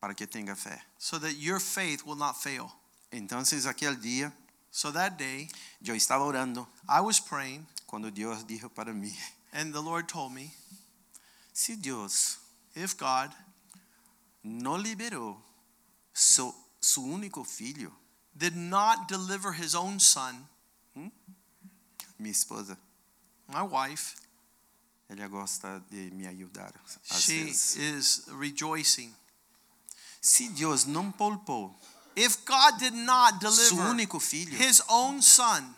para que tenha fé.
so that your faith will not fail.
Então, aquele dia,
So that day,
eu estava orando
I was praying,
quando Deus disse para mim, (laughs)
and the Lord told me,
se Deus
if God,
não liberou seu, seu único filho,
did not deliver his own son,
minha esposa,
my wife,
Ela gosta de me ajudar. Às
she
vezes.
is rejoicing.
Se Deus não poupou
If God did not
seu
deliver
único filho,
his own son,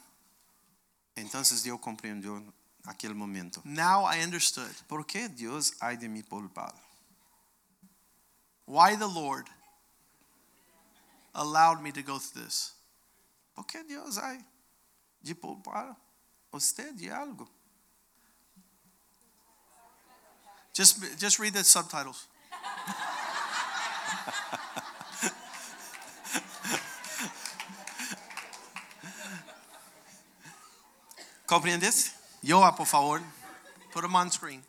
então eu compreendo aquele momento.
now I understood
Por que Deus há de me poupar?
why the Lord allowed me to go through this.
Por que Deus há de poupar você de algo?
Just, just read the subtitles.
Compreendesse?
Yoa, por favor. Put them on screen.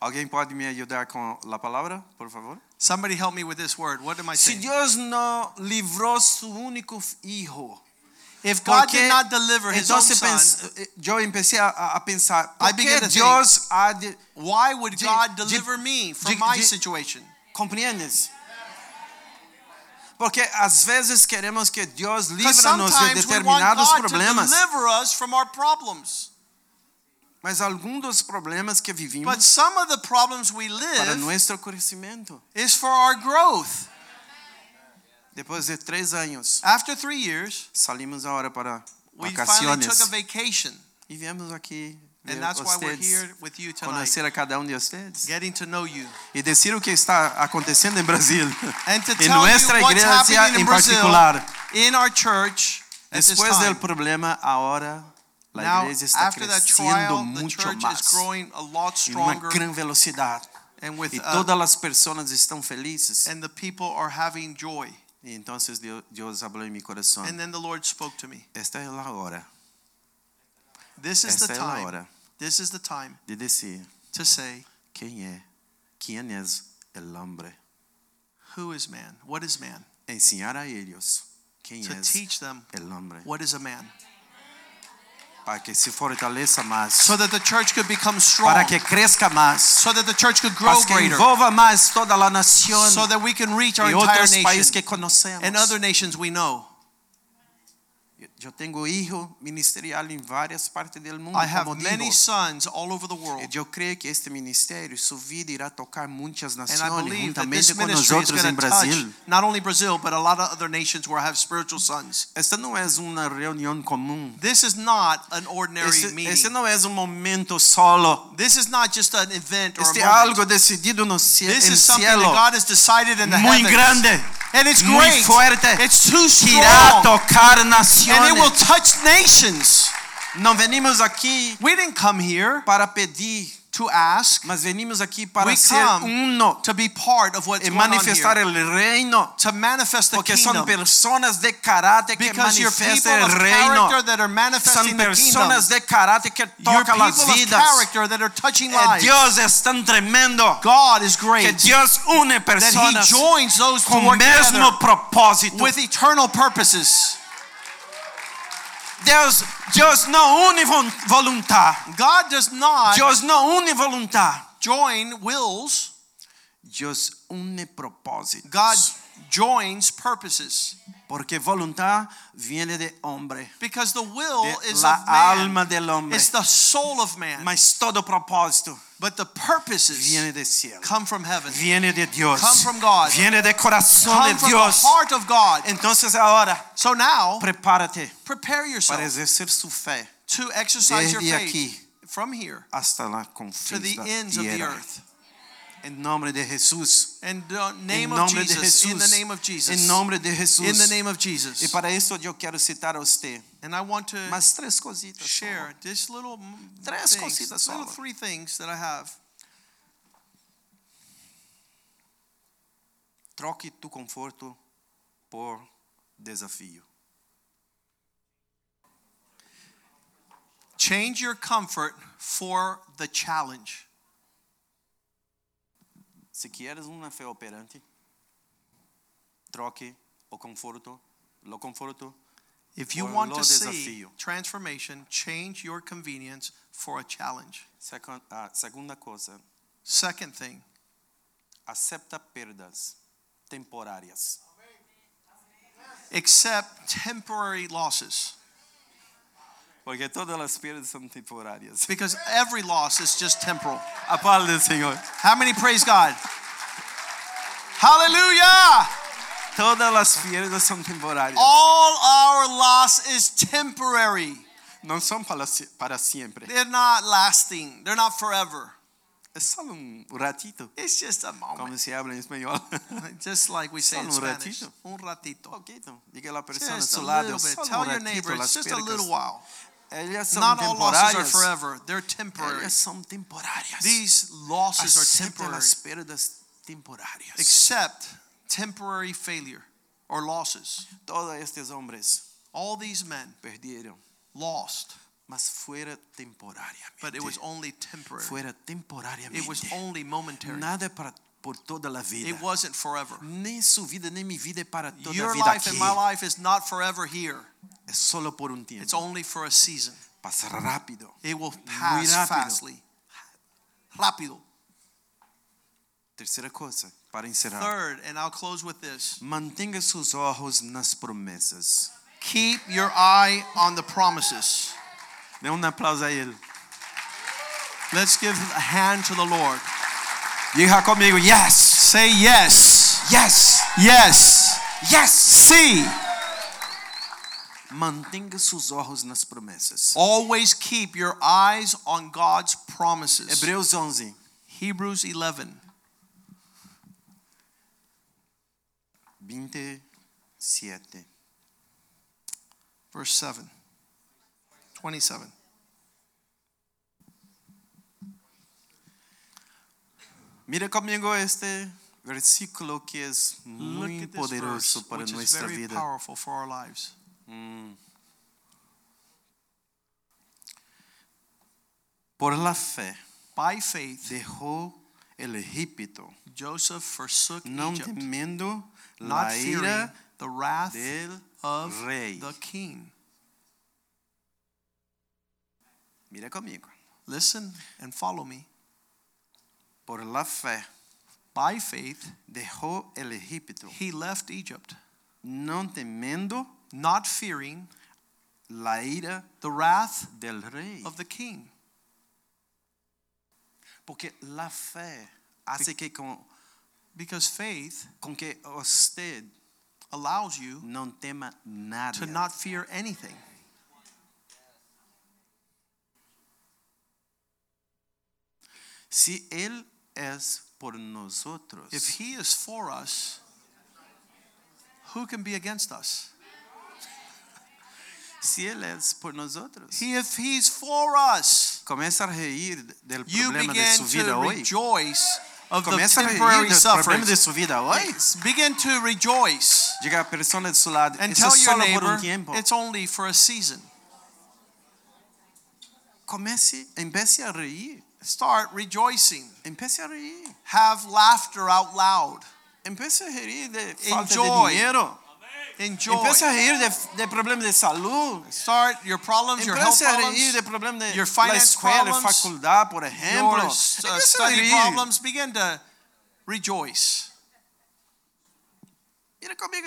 Alguém pode me ajudar com a palavra, por favor?
Somebody help me with this word. What am I
Se
saying?
Deus não livrou seu único filho,
If God
Porque-
did not deliver his own
entonces
son,
pens- eu comecei a, a pensar,
I
por
began
que
to
Deus há de...
why would
Di-
God
di-
deliver me from
di-
my
di-
situation?
Compreendes? Porque às vezes queremos que Deus
Because
livra-nos de
sometimes we want
determinados
God to
problemas,
deliver us from our problems.
mas alguns dos problemas que vivimos
But some of the problems we
para
live
nosso crescimento.
is for our growth.
Depois de três anos,
After three years,
saímos agora para
we finally took
vacaciones
a vacation.
e viemos aqui
And that's why we're
ustedes,
here with you tonight,
conhecer a cada um de vocês
getting to know you.
e dizer o que está acontecendo em Brasil.
And
(laughs)
to
Em
tell you
nossa
what's
igreja
happening
em
in Brazil,
particular.
in our church, at this
Después del
time.
problema, ahora la
Now,
igreja está
after that
crescendo
trial, the
muito
church
mais
is growing a lot
em uma
stronger,
grande velocidade.
and with
E
uh,
todas as pessoas estão felizes.
and the people are having joy.
E então Deus, Deus falou em meu coração.
And then the Lord spoke to me.
Esta é a hora.
This is the
Esta é a
time.
hora
This is the time
de dizer
to say,
quem é, quem é o homem.
"Who is man? What is man?"
Ensinar a eles quem
To
é
teach them
o homem.
what is a man,
Para que se fortaleça mais.
so that the church could become strong,
Para que cresça mais.
so that the church could grow
Para que
greater,
envolva mais toda a nação.
so that we can reach our
E
entire
outros países
nation
que conhecemos.
and other nations we know.
Eu tenho filho ministerial em várias partes do mundo.
I have
como digo.
many sons all over the world,
E Eu creio que este ministério, sua vida irá tocar muitas
and I
nações,
believe that this
juntamente com nós
ministry is
outros em
going to touch
Brasil.
not only Brazil but a lot of other nations where I have spiritual sons.
Esta não é uma reunião comum.
This is not an ordinary
Este, este
meeting.
não é um momento solo.
This is not just an event or
Este é
a moment.
algo decidido no céu,
This
em
is something that
cielo,
God has decided in the
muito
heavens.
grande,
And it's
muito
great.
fuerte,
It's too
que irá
strong.
tocar
And it will
nações.
touch nations.
Não venimos aqui
We didn't come here
para pedir,
to ask
mas venimos aqui para
We
ser
come
uno
to be part of what's
e
going on
manifestar
here.
o reino.
To manifest the
Porque são
kingdom.
pessoas de caráter que
Because you're people
manifestam o
of
reino.
character that are
São
manifesting the kingdom.
pessoas de caráter que
You're people
tocam as
of
vidas.
character that are touching
Eh,
lives.
Deus é tão tremendo
God is
que
great.
Deus une
That He
pessoas
joins those
com
to
o
work together
mesmo propósito.
with eternal purposes.
Deus, Deus não une von- voluntad.
God does not
Deus não une voluntad.
join wills.
Deus une propósitos.
God joins purposes
Porque voluntad viene de hombre,
because the will
de
is
la
of man.
alma del hombre.
It's the soul of man.
Mas todo propósito
but the purposes
viene de cielo,
come from heaven,
viene de Dios,
come from God,
viene de corazón de
come from
Dios.
the heart of God.
Entonces ahora,
so now,
prepárate
prepare
para
yourself
exercer su fe
to exercise your
desde
faith
aquí
from here
hasta la
to
confins
the
da
ends of the
tierra.
earth.
En nombre de Jesús.
And the
En
name of
nombre de
Jesus, in the
Jesús.
name of Jesus,
En nombre de
in the
Jesús.
name of
E
Jesus.
para isso eu quero citar a você
And I want to
mais três cositas. só.
share just little m-
Tres
things,
cositas
little
solo.
three things that I have.
Troque tu conforto por desafio.
Change your comfort for the challenge.
Se quieres uma fé operante, troque o conforto, lo conforto.
If you
Por
want
lo
to see
desafío.
transformation, change your convenience for a challenge.
Second- a ah, segunda coisa,
Second thing,
acepta perdas temporárias.
accept temporary losses
Porque todas as perdas são (laughs) temporárias.
because every loss is just temporal.
Aplaude o Senhor.
How many praise God? Hallelujah!
Todas as perdas são temporárias.
All our loss is temporary.
Não são para, si- para sempre.
They're not lasting. They're not forever.
É só um ratito.
It's just a moment.
Como se habla em
(laughs)
espanhol.
Just like we say
Solo
in
un
Spanish.
ratito.
Un ratito.
Poquito. Diga a la persona a
Just a
su
little
lado.
bit.
Solo
Tell
un
your
ratito
neighbor it's
las
just a little
percas.
while.
Ellas son
Not all losses are
temporárias.
forever. They're temporary.
Ellas son temporárias.
These losses are
Acepta
temporary.
las perdas temporárias.
Except temporary failure or losses.
Todos estes hombres
All these men
perderam,
lost,
mas fuera temporariamente.
but it was only temporary.
fuera temporariamente.
It was only momentary.
Nada é para por toda a vida.
It wasn't forever.
Nem su vida, nem mi vida é para toda a
Your
vida
life
aqui.
and my life is not forever here.
É solo por um tempo.
It's only for a season.
Passa rápido.
It will
Muy
pass
rápido.
fastly. Rápido.
Terceira coisa, para encerrar.
Third, and I'll close with this.
Mantenha seus olhos nas promessas.
Keep your eye on the promises.
Dê um aplauso a ele.
Let's give a hand to the Lord.
Diga comigo, yes,
Say yes.
yes,
Yes.
yes.
See.
Mantenga seus olhos nas promessas.
Always keep your eyes on God's promises.
Hebreus 11.
Hebrews 11,
27.
verse 7. 27.
Mira comigo este versículo que é
Look
muito
at this
poderoso
verse,
para
which is
nossa
very
vida.
powerful for our lives.
Por la fe,
By faith,
dejou el Egipto,
Joseph forsook
não
Egypt,
temendo
not
la
fearing
ira
the wrath
del
of
rei.
the king.
Mira comigo.
Listen and follow me.
Por la fe,
By faith,
dejou el Egipto,
he left Egypt,
não temendo
not fearing
la ira
the wrath
del rei.
of the king.
Porque la fe hace que com,
Because faith
com que você
allows you
não tema nada.
to not fear anything.
Se Ele é por nós outros,
If he is for us, who can be against us?
se Ele é por nós outros,
He, if he's for us,
começa a reir del
you
problema de
begin
sua vida
to
hoje.
rejoice of the
Começa a
temporary
reir dos
suffering.
problemas de sua vida hoje.
Yes, Begin to rejoice
Diga à pessoa do seu lado,
and
isso é
tell your
só por um
neighbor
tempo.
it's only for a season.
Comece, empiece a reir,
Start rejoicing.
empiece a reir,
Have laughter out loud.
empiece a reir de falta
Enjoy.
de dinheiro,
Enjoy.
empiece a reir de, de problemas de saúde,
Start your problems, your health
empiece a reir
problems,
de problemas de
your
la
finance
escuela,
problems,
faculdade, por
your
exemplo,
uh,
empiece a
study
reir.
problems. Begin to rejoice.
Mira comigo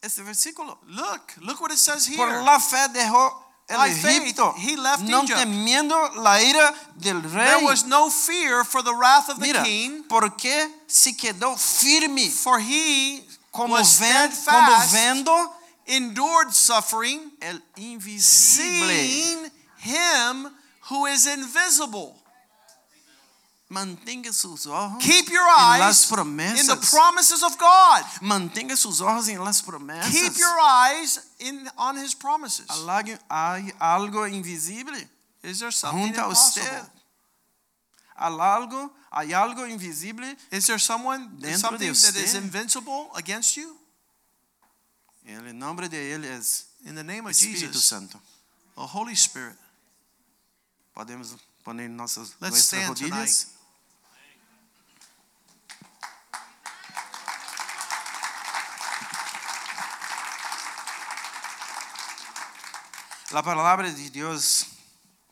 este versículo.
Look, look what it says here.
Por la fe dejó el
By faith,
Egipto,
he left
no
Egypt.
temiendo la ira del
There
rey.
was no fear for the wrath of the
Mira,
king,
porque se quedó firme,
for he
como,
was
ven- como
steadfast,
vendo
endured suffering,
el invisible.
seeing him who is invisible.
Mantenga sus ojos
Keep your
en las
eyes in the
promesas.
promises of God.
Mantenga sus ojos en las promesas.
Keep your eyes in on his promises.
Alague- Hay algo invisible
Is there something
junto a usted.
impossible?
Hay algo, hay algo invisible
Is there someone
Dentro de
something that is
usted.
invincible against you?
El nombre de él es
In the name of
Espíritu
Oh, Jesus,
Santo.
the Holy Spirit.
Podemos poner nossas,
Let's
nossas
stand
rodilhas. A palavra de Deus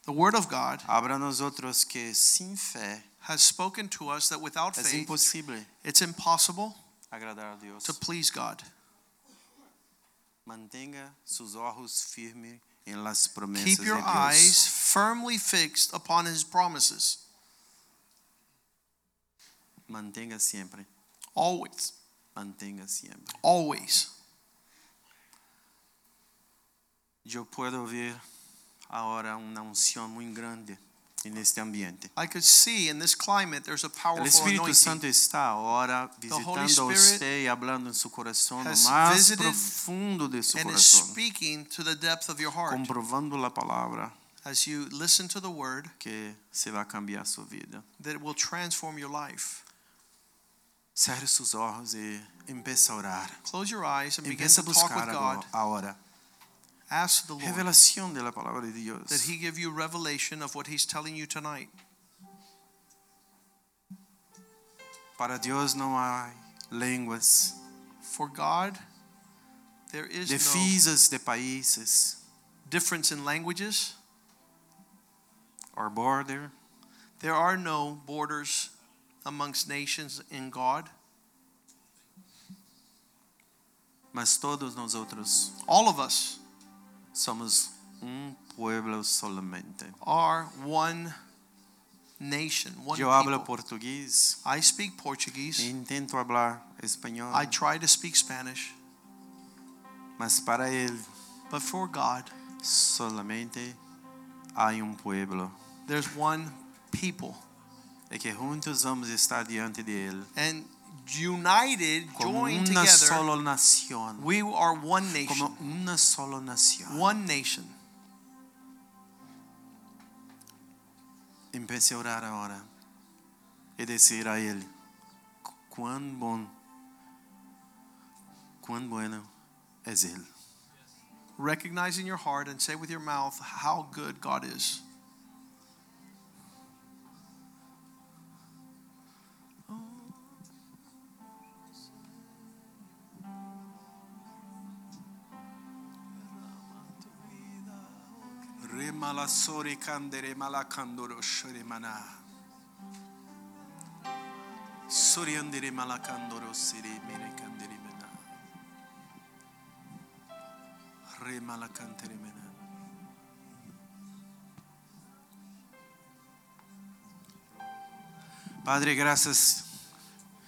The Word of God
abra nos outros que sem fé
has spoken to us that without
é
faith,
impossível
it's impossible
agradar a Deus.
to please God.
Mantenha seus olhos firmes em las promessas
Keep your
de Deus.
eyes firmly fixed upon His promises,
Mantenha sempre,
always,
mantenha sempre.
always.
Eu puedo ver agora uma unção muito grande neste ambiente.
I could see in this climate there's a
O
powerful
Espírito
anointing
Santo está agora
Holy
visitando a
Spirit
você e hablando em seu coração no
has
mais
visited
profundo de seu
and is
coração,
speaking to the depth of your heart
comprovando a palavra
as you listen to the Word
que se vai cambiar sua vida.
that it will transform your life.
Cerre seus olhos e empiece a orar.
Close your eyes and begin
Empiece
to
a
talk
buscar
with God.
agora- agora.
Ask the Lord
Revelação da palavra de Deus.
that He give you revelation of what He's telling you tonight.
Para Deus não há línguas,
For God, there is no
divisas de países,
difference in languages.
or border.
There are no borders amongst nations in God.
Mas todos nós outros
All of us
somos um povo somente.
are one nation, one
Eu hablo
people.
português.
I speak Portuguese.
Intento hablar español,
I try to speak Spanish,
mas para él
But for God,
solamente hay un pueblo
there's one people.
e que juntos vamos estar diante de Ele.
And united,
Como
joined
una
together,
sola nación.
we are one nation.
Como una sola nación.
One nation.
Empecé a orar ahora e decir a Ele: "Cu- Cuán bom, cuán bueno es Él.
Recognize in your heart and say with your mouth how good God is.
Remalasori candere malacandoro shoremana. Soriandere malacandoro sere mere candere mena. Remalacantere mena. Padre, gracias.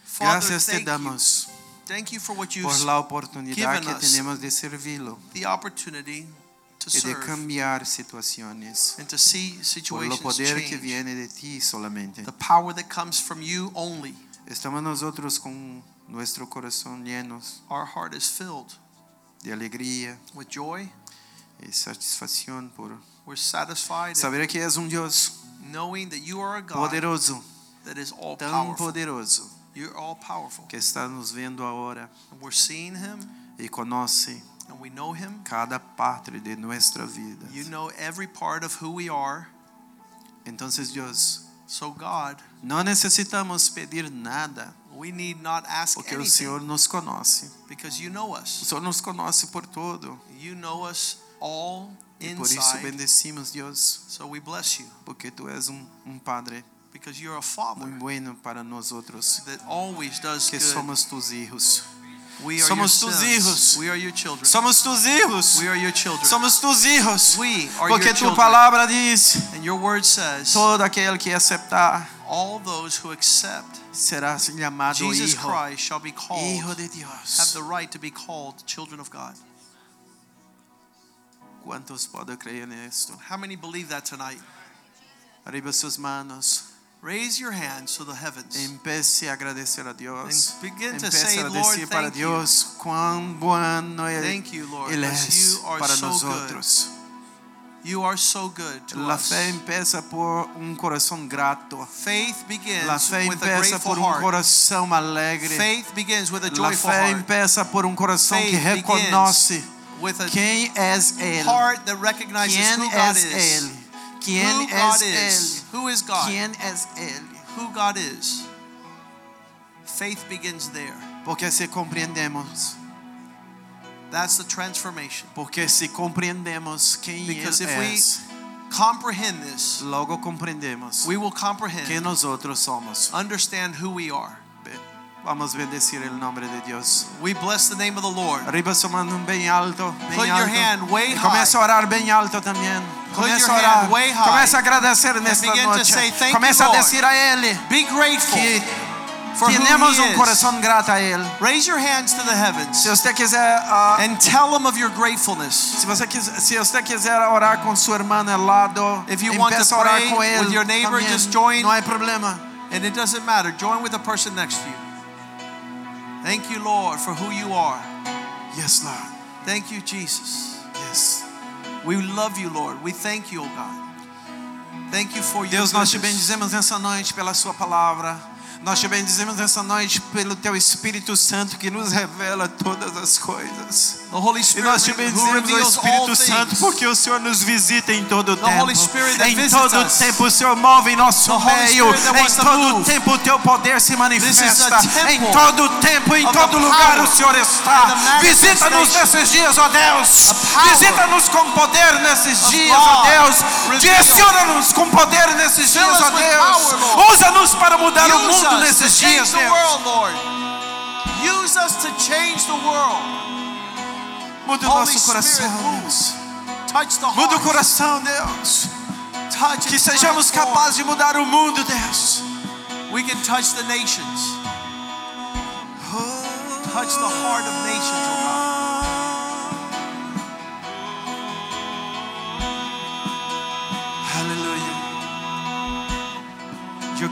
Father,
Gracias te
thank you.
damos
Thank you for what you've
por la oportunidad
given
que
us.
tenemos de servirlo
the opportunity to
y de
serve
cambiar situaciones.
and to see
por lo
situations
poder que
change.
viene de ti solamente.
The power that comes from you only.
Estamos nosotros con nuestro corazón llenos
Our heart is filled
de alegría
with joy.
y satisfacción por
We're satisfied in
saber que es un Dios
knowing that you are a God
poderoso,
that is all
tan
powerful.
poderoso,
You're all powerful.
que está nos vendo ahora
And we're seeing Him
y conoce
and we know Him.
cada parte de nuestra vida.
You know every part of who we are.
Entonces, Dios,
So, God,
no necesitamos pedir nada,
we need not ask
porque o
anything
Senhor nos conoce.
because you know
O
us.
Senhor nos conoce por todo.
You know us all
E por isso
inside.
bendecimos, Deus,
So, we bless you
porque tu és um, um Padre
because you're a
muy
Father.
bueno para nosotros
that always does
que
good.
somos tus hijos.
we are
somos
your
tus
sons.
hijos.
We are your children.
Somos tus hijos.
we are your children.
Somos tus hijos.
we are
Porque
your
tu
children.
palavra diz:
and your word says
todo aquele que aceptar
all those who accept
será chamado
Jesus
hijo, Oh,
Christ shall be called
hijo de
have
Deus.
the right to be called children of God.
Quantos podem crer nisto?
How many believe that tonight?
Arriba suas manos.
Raise your hand to the heavens.
Empece a agradecer a Deus.
And begin to
Empece
say,
a agradecer
Lord,
para
thank you.
Deus quão bueno Ele,
Thank you, Lord,
Ele é
because you are
para
so
nós
good
outros.
You are so good to
La
us.
fé empieza por um coração grato.
Faith begins
La fe
with a
empieza
grateful
por un
heart.
coração alegre.
Faith begins with a
La
joyful
fé
heart.
empieza por um coração que
Faith
reconhece
With a
quem és Ele.
heart that recognizes
Quem
who God
és
is.
Ele? Quem
who God
és
is.
Ele?
Who is God?
Quem és Ele?
Who God is. Faith begins there.
Porque se compreendemos,
That's the transformation.
porque se compreendemos quem
Because
Ele
if we-
és,
Comprehend this.
logo compreendemos
We will
quem
comprehend,
nós outros somos.
understand who we are.
Be- Vamos bendecir o nome de Deus.
We bless the name of the Lord.
Arriba sua mano bem alto, bem
Put your
alto.
hand way
E começa a
high.
orar bem alto também. Começa
your
a orar.
hand way high.
Começa a agradecer nesta
begin to
noite.
say, "Thank you,
começa a
Lord."
decir a Ele
Be grateful
que
for who
temos um
He is.
coração grato a Ele.
Raise your hands to the heavens
Se você quiser, ah,
and tell Him of your gratefulness.
se você quiser, se você quiser orar com sua irmã ao lado,
If you want to
empiece a orar
pray
com ele.
with your neighbor,
também.
just join.
Não há problema.
And it doesn't matter. Join with the person next to you. Thank you, Lord, for who you are.
Yes, Lord.
Thank you, Jesus.
Yes.
We love you, Lord. We thank you, O God. Thank you for your
Deus, nós te
goodness.
bendizemos nessa noite pela Sua palavra. Nós te bendizemos nessa noite pelo Teu Espírito Santo que nos revela todas as coisas.
The Holy
E
Spirit
nós te
who
bendizemos ao
reveals all
Espírito
things.
Santo porque o Senhor nos visita em todo o
The
tempo.
Holy Spirit that
Em
visits
todo o
us.
tempo o Senhor move em nosso
The Holy
meio.
Spirit that
Em
wants to
todo o
move.
tempo o Teu poder se manifesta.
temple
Em todo o tempo, em
of
todo
the
lugar
power
o Senhor
and
está.
the
Visita-nos
manifestation
nesses dias, ó Deus.
power
Visita-nos com poder nesses
of
dias, ó
God.
Deus.
Reveal.
Direciona-nos com poder nesses
Fill
dias,
us
ó
with power,
Deus.
Lord.
Usa-nos para mudar o
Use
mundo
us to
nesses
change
dias,
the
Deus.
world, Lord. Use us to change the world.
Muda o
Holy
nosso coração,
Spirit, move.
Deus.
Touch the
Muda o
hearts.
coração, Deus.
Touch
Que
and
sejamos
transform.
capazes de mudar o mundo, Deus.
We can touch the nations. oh Touch the heart of nations, O God.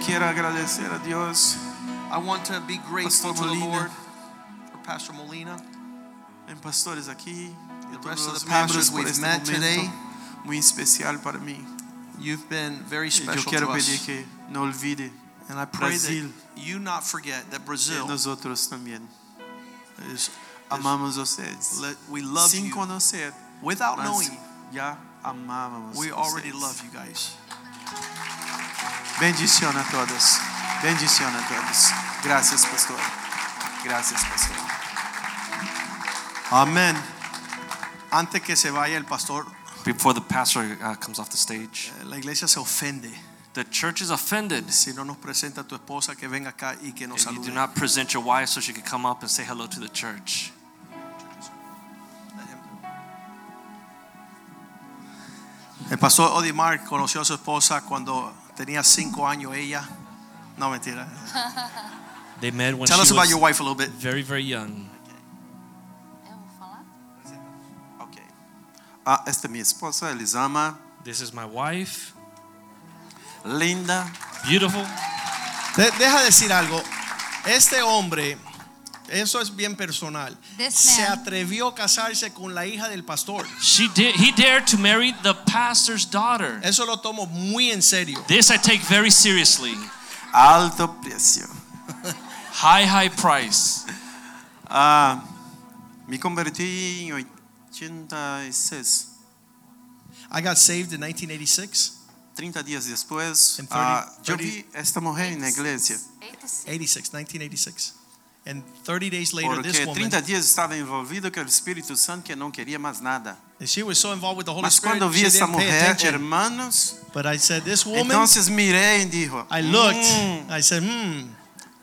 quiero agradecer a Dios,
I want to be grateful to
Pastor
the
Molina.
Lord for Pastor Molina,
en pastores aquí, y
The
a todos
rest of
los
the
miembros
pastors
por
we've
este
met
momento
today.
muy especial para mí.
you've been
Y
very
yo
special to
quiero pedir
us.
que no olvide
And I pray that
Brasil
you not forget that
y
Brazil
nosotros también.
is,
Amamos a ustedes.
let, we love
Sin
you.
conocer,
Without
mas
knowing you,
ya amábamos
we
a
already
ustedes.
love you guys.
Bendición a todos. Bendición a todos. Gracias, pastor. Gracias, pastor.
Amén. Antes que se vaya el pastor, eh,
Before the pastor uh, comes off the stage,
la iglesia se ofende
the church is offended
si no nos presenta a tu esposa que venga acá y que nos
if you do
salude.
not present your wife so she can come up and say hello to the church.
El pastor Odimar conoció a su esposa cuando tenía cinco años ella. No, mentira.
They met when
Tell us about your wife a little bit.
very, very young.
Eu vou falar?
Ok. Ah, esta é minha esposa, Elisama.
This is my wife.
Linda.
Beautiful.
De- deja decir algo. Este hombre, eso es bien personal,
This
se
man.
atrevió a casarse con la hija del pastor.
She did. He dared to marry the pastor's daughter.
Eso lo tomo muy en serio.
This I take very seriously.
Alto precio.
High, high price.
Ah, me converti em 86.
I got saved in 1986,
30 dias depois,
And 30
ah, eu
30
vi esta mulher na igreja.
86.
86, 1986. And 30 days later, this
Porque
woman,
30 dias estava envolvido com o Espírito Santo que não queria mais nada.
she was so involved with the Holy
Mas
Spirit,
quando eu vi
she
essa
didn't pay
mulher,
attention.
hermanos,
But I said, this woman,
entonces mirei e dije,
I looked,
"Mm,
I said, hmm,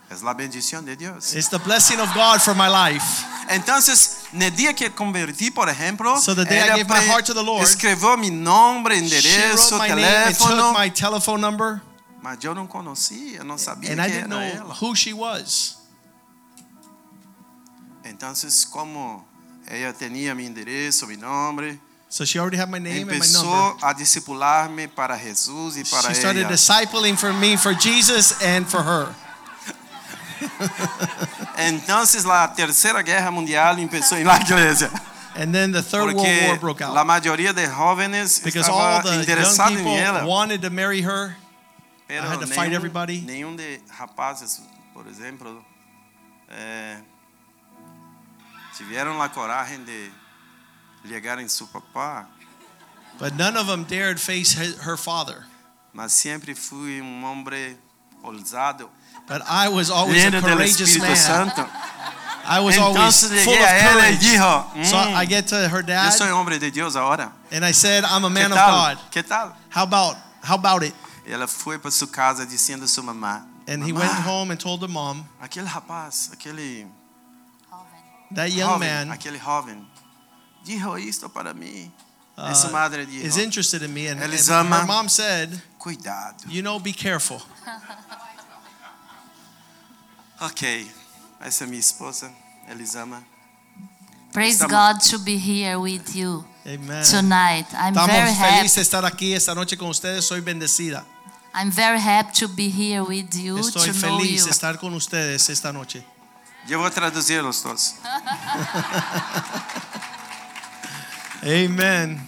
es la bendición de Dios.
it's the blessing of God for my life.
Entonces, no dia que converti, por ejemplo,
So the day I
ela
gave my
pre-
heart to the Lord,
escreveu meu nome,
She wrote
endereço,
my name and took
teléfono,
my telephone number,
mas eu não conhecia, não sabia
and I
quem
didn't know
era ela.
who she was.
Entonces, como ela tinha meu endereço, meu nome,
So she already had my name and my number.
começou a discipular-me para Jesus e para
She started
ela.
discipling for me, for Jesus, and for her.
Entonces, a Terceira Guerra Mundial começou na igreja.
And then the Third World War
Porque
broke
a
out
maioria de jovens
because all
estava
the young
interessado em ela.
people wanted to marry her.
Pero
I had to fight everybody.
nenhum de rapazes, por exemplo, eh, tiveram a coragem de ligar em seu papá,
But none of them dared face her her father.
mas sempre fui um homem ousado,
But I was always a
lleno do
courageous
Espírito
man.
Santo.
I was always
Entonces
full
llegué a
of
ela e dije,
courage. So I
"Mm,
get to her
eu
dad
sou homem de Deus agora.
and I said, I'm
Que
a man of God.
tal? Que tal?
How about how about it?
E Ela foi para sua casa dizendo a sua mamá,
And he
"Mamá,
went home and told the mom,
aquele rapaz, aquele
that young
jovem,
man
aquele jovem, dijo isto para mim.
uh,
E sua madre é
is
dijo,
interested in me. And, and
Eles
her
ama.
mom said,
cuidado.
you know, be careful.
Ok, essa é minha esposa, Elisama.
Praise
Estamos-
God to be here with you
Amen.
tonight. I'm very
Estamos felices
happy.
de estar aquí esta noche con ustedes. Soy bendecida.
I'm very happy to be here with you
Estoy
to know
feliz
you.
de estar con ustedes esta noche.
Eu vou traduzir os dois.
Amen.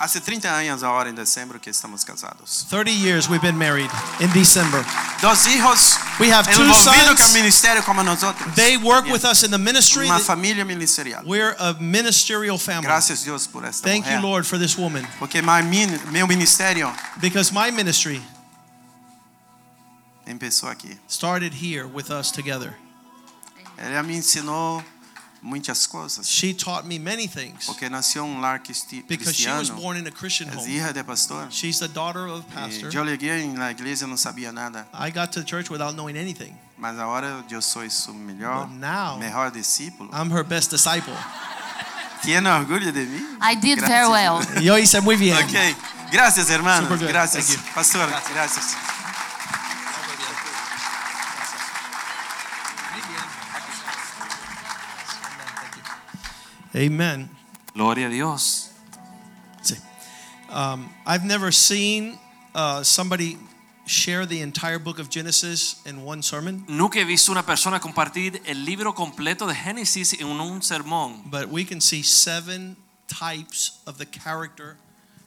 Há 30 anos agora em dezembro que estamos casados.
30 years we've been married in December.
Dois filhos
We have two
envolvidos com o
sons.
ministério como nós outros.
They work with us in the ministry.
Uma família ministerial.
We're a ministerial family.
Graças a Deus por esta
Thank you,
mulher.
Lord, for this woman.
Porque my min- meu ministério
Because my ministry
começou aqui.
started here with us together.
Ela me ensinou muitas coisas.
She taught me many things
Porque nasceu um lar cristi-
because she was
cristiano.
born in a Christian
É
home.
filha de pastor.
She's the daughter of a
E
pastor.
eu liguei na igreja não sabia nada.
I got to church without knowing anything.
Mas agora eu sou seu melhor,
But now-
melhor discípulo.
I'm her best disciple.
Tiene orgulho de mim?
I did
Gracias.
very well.
Yo hice muy bien.
Ok. Gracias, hermano.
Super good.
Gracias.
Thank
Pastor, gracias.
Amen.
Gloria a Dios.
Sí. Um, I've never seen uh, somebody share the entire book of Genesis in one sermon,
Nunca he visto una persona compartir el libro completo de Génesis en un sermón.
but we can see seven types of the character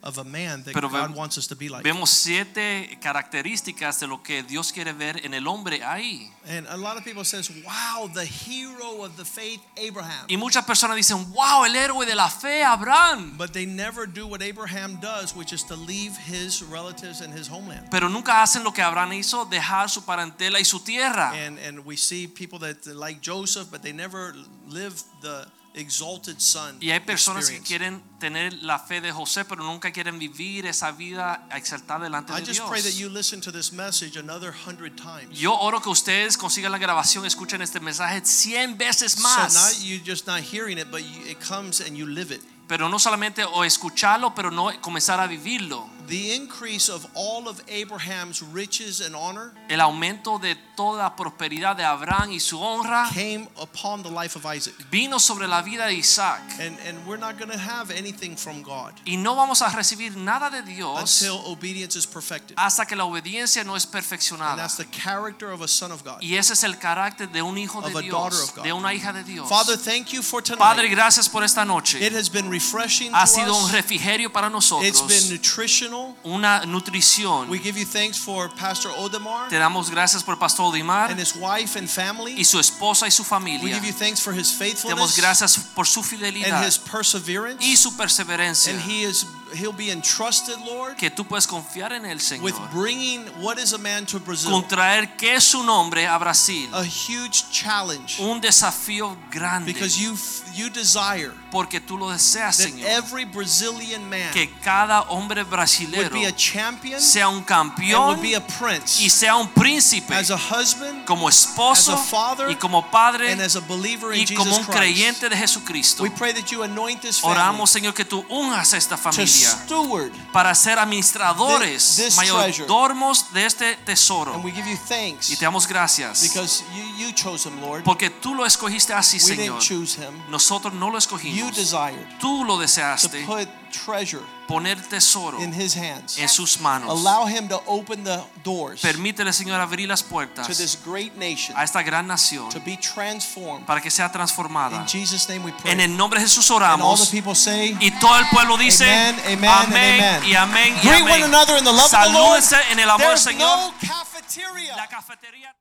of a man that
Pero
God
vem-
wants us to be like.
Vemos siete características de lo que Dios quiere ver en el hombre ahí.
And a lot of people says, "Wow, the hero of the faith, Abraham."
Y muchas personas dicen, wow, el héroe de la fe, Abraham.
But they never do what Abraham does, which is to leave his relatives and his homeland.
Pero nunca hacen lo que Abraham hizo, dejar su parentela y su tierra.
And and we see people that like Joseph, but they never live the exalted son.
Y hay personas que
experience.
quieren tener la fe de José, pero nunca quieren vivir esa vida exaltada delante
I
de
just pray that
Dios.
you listen to this message another hundred times.
Yo oro que ustedes consigan la grabación, escuchen este mensaje 100 veces
So now
más.
you're just not hearing it, but you, it comes and you live it.
Pero no solamente o escucharlo, pero no comenzar a vivirlo.
The increase of all of Abraham's riches and honor
El aumento de toda prosperidad de Abraham y su honra
came upon the life of Isaac.
vino sobre la vida de Isaac.
And and we're not going to have anything from God
Y no vamos a recibir nada de Dios
until obedience is perfected.
hasta que la obediencia no es
And
perfeccionada.
that's the character of a son of God.
Y ese es el carácter de un hijo
Of a
de
daughter
Dios,
of God.
de una hija de Dios.
Father, thank you for tonight.
Padre, gracias por esta
it
noche.
has been refreshing
Ha
to
sido un
us.
refrigerio para
It's been
nosotros,
nutritional.
una nutrición.
We give you thanks for Pastor Odemar
Te damos gracias por Pastor
and
Dimar
his wife and family.
y su esposa y su
We
familia.
give you thanks for his
Te damos
faithfulness
gracias por su
and
fidelidad
his perseverance.
y su perseverancia.
And he is he'll be entrusted, Lord,
Que tú puedes confiar en el Señor.
with bringing what is a man to Brazil?
Contraer que es su nombre a Brasil.
A huge challenge
Un desafío grande.
because you you desire
Porque tú lo deseas,
that
Señor.
every Brazilian man
Que cada hombre
would
brasilero
be a champion
sea un
and would
campeón
be a
y
prince
sea un príncipe.
as a husband
Como
as
esposo
a father
y como padre
and as a believer in
y como
Jesus
un
Christ.
creyente de Jesucristo.
We pray that you anoint this family
Oramos, Señor, que tú unjas a esta
to
familia
steward,
para ser administradores,
Thi- this
mayordomos de este
and
tesoro.
we give you
Y
thanks
te damos gracias
because you you chose him, Lord.
porque tú lo escogiste así,
We didn't
Señor.
choose him.
Nosotros no lo
You
escogimos.
desired
Tú lo
to
deseaste,
put treasure
poner tesoro
in his hands.
en sus manos.
Allow him to open the doors to
Permítele, Señor, abrir las puertas
this great nation
a esta gran nación
to be transformed.
para que sea transformada.
In Jesus' name we
En
pray.
el nombre de Jesús
And all the
oramos.
people say,
Y todo el pueblo dice
Amen, amen, and
amén
amen.
y amén y
greet one
amén.
another in the love of the Lord.
Salúdense en el amor del
There's
Señor.
no cafeteria.
La cafetería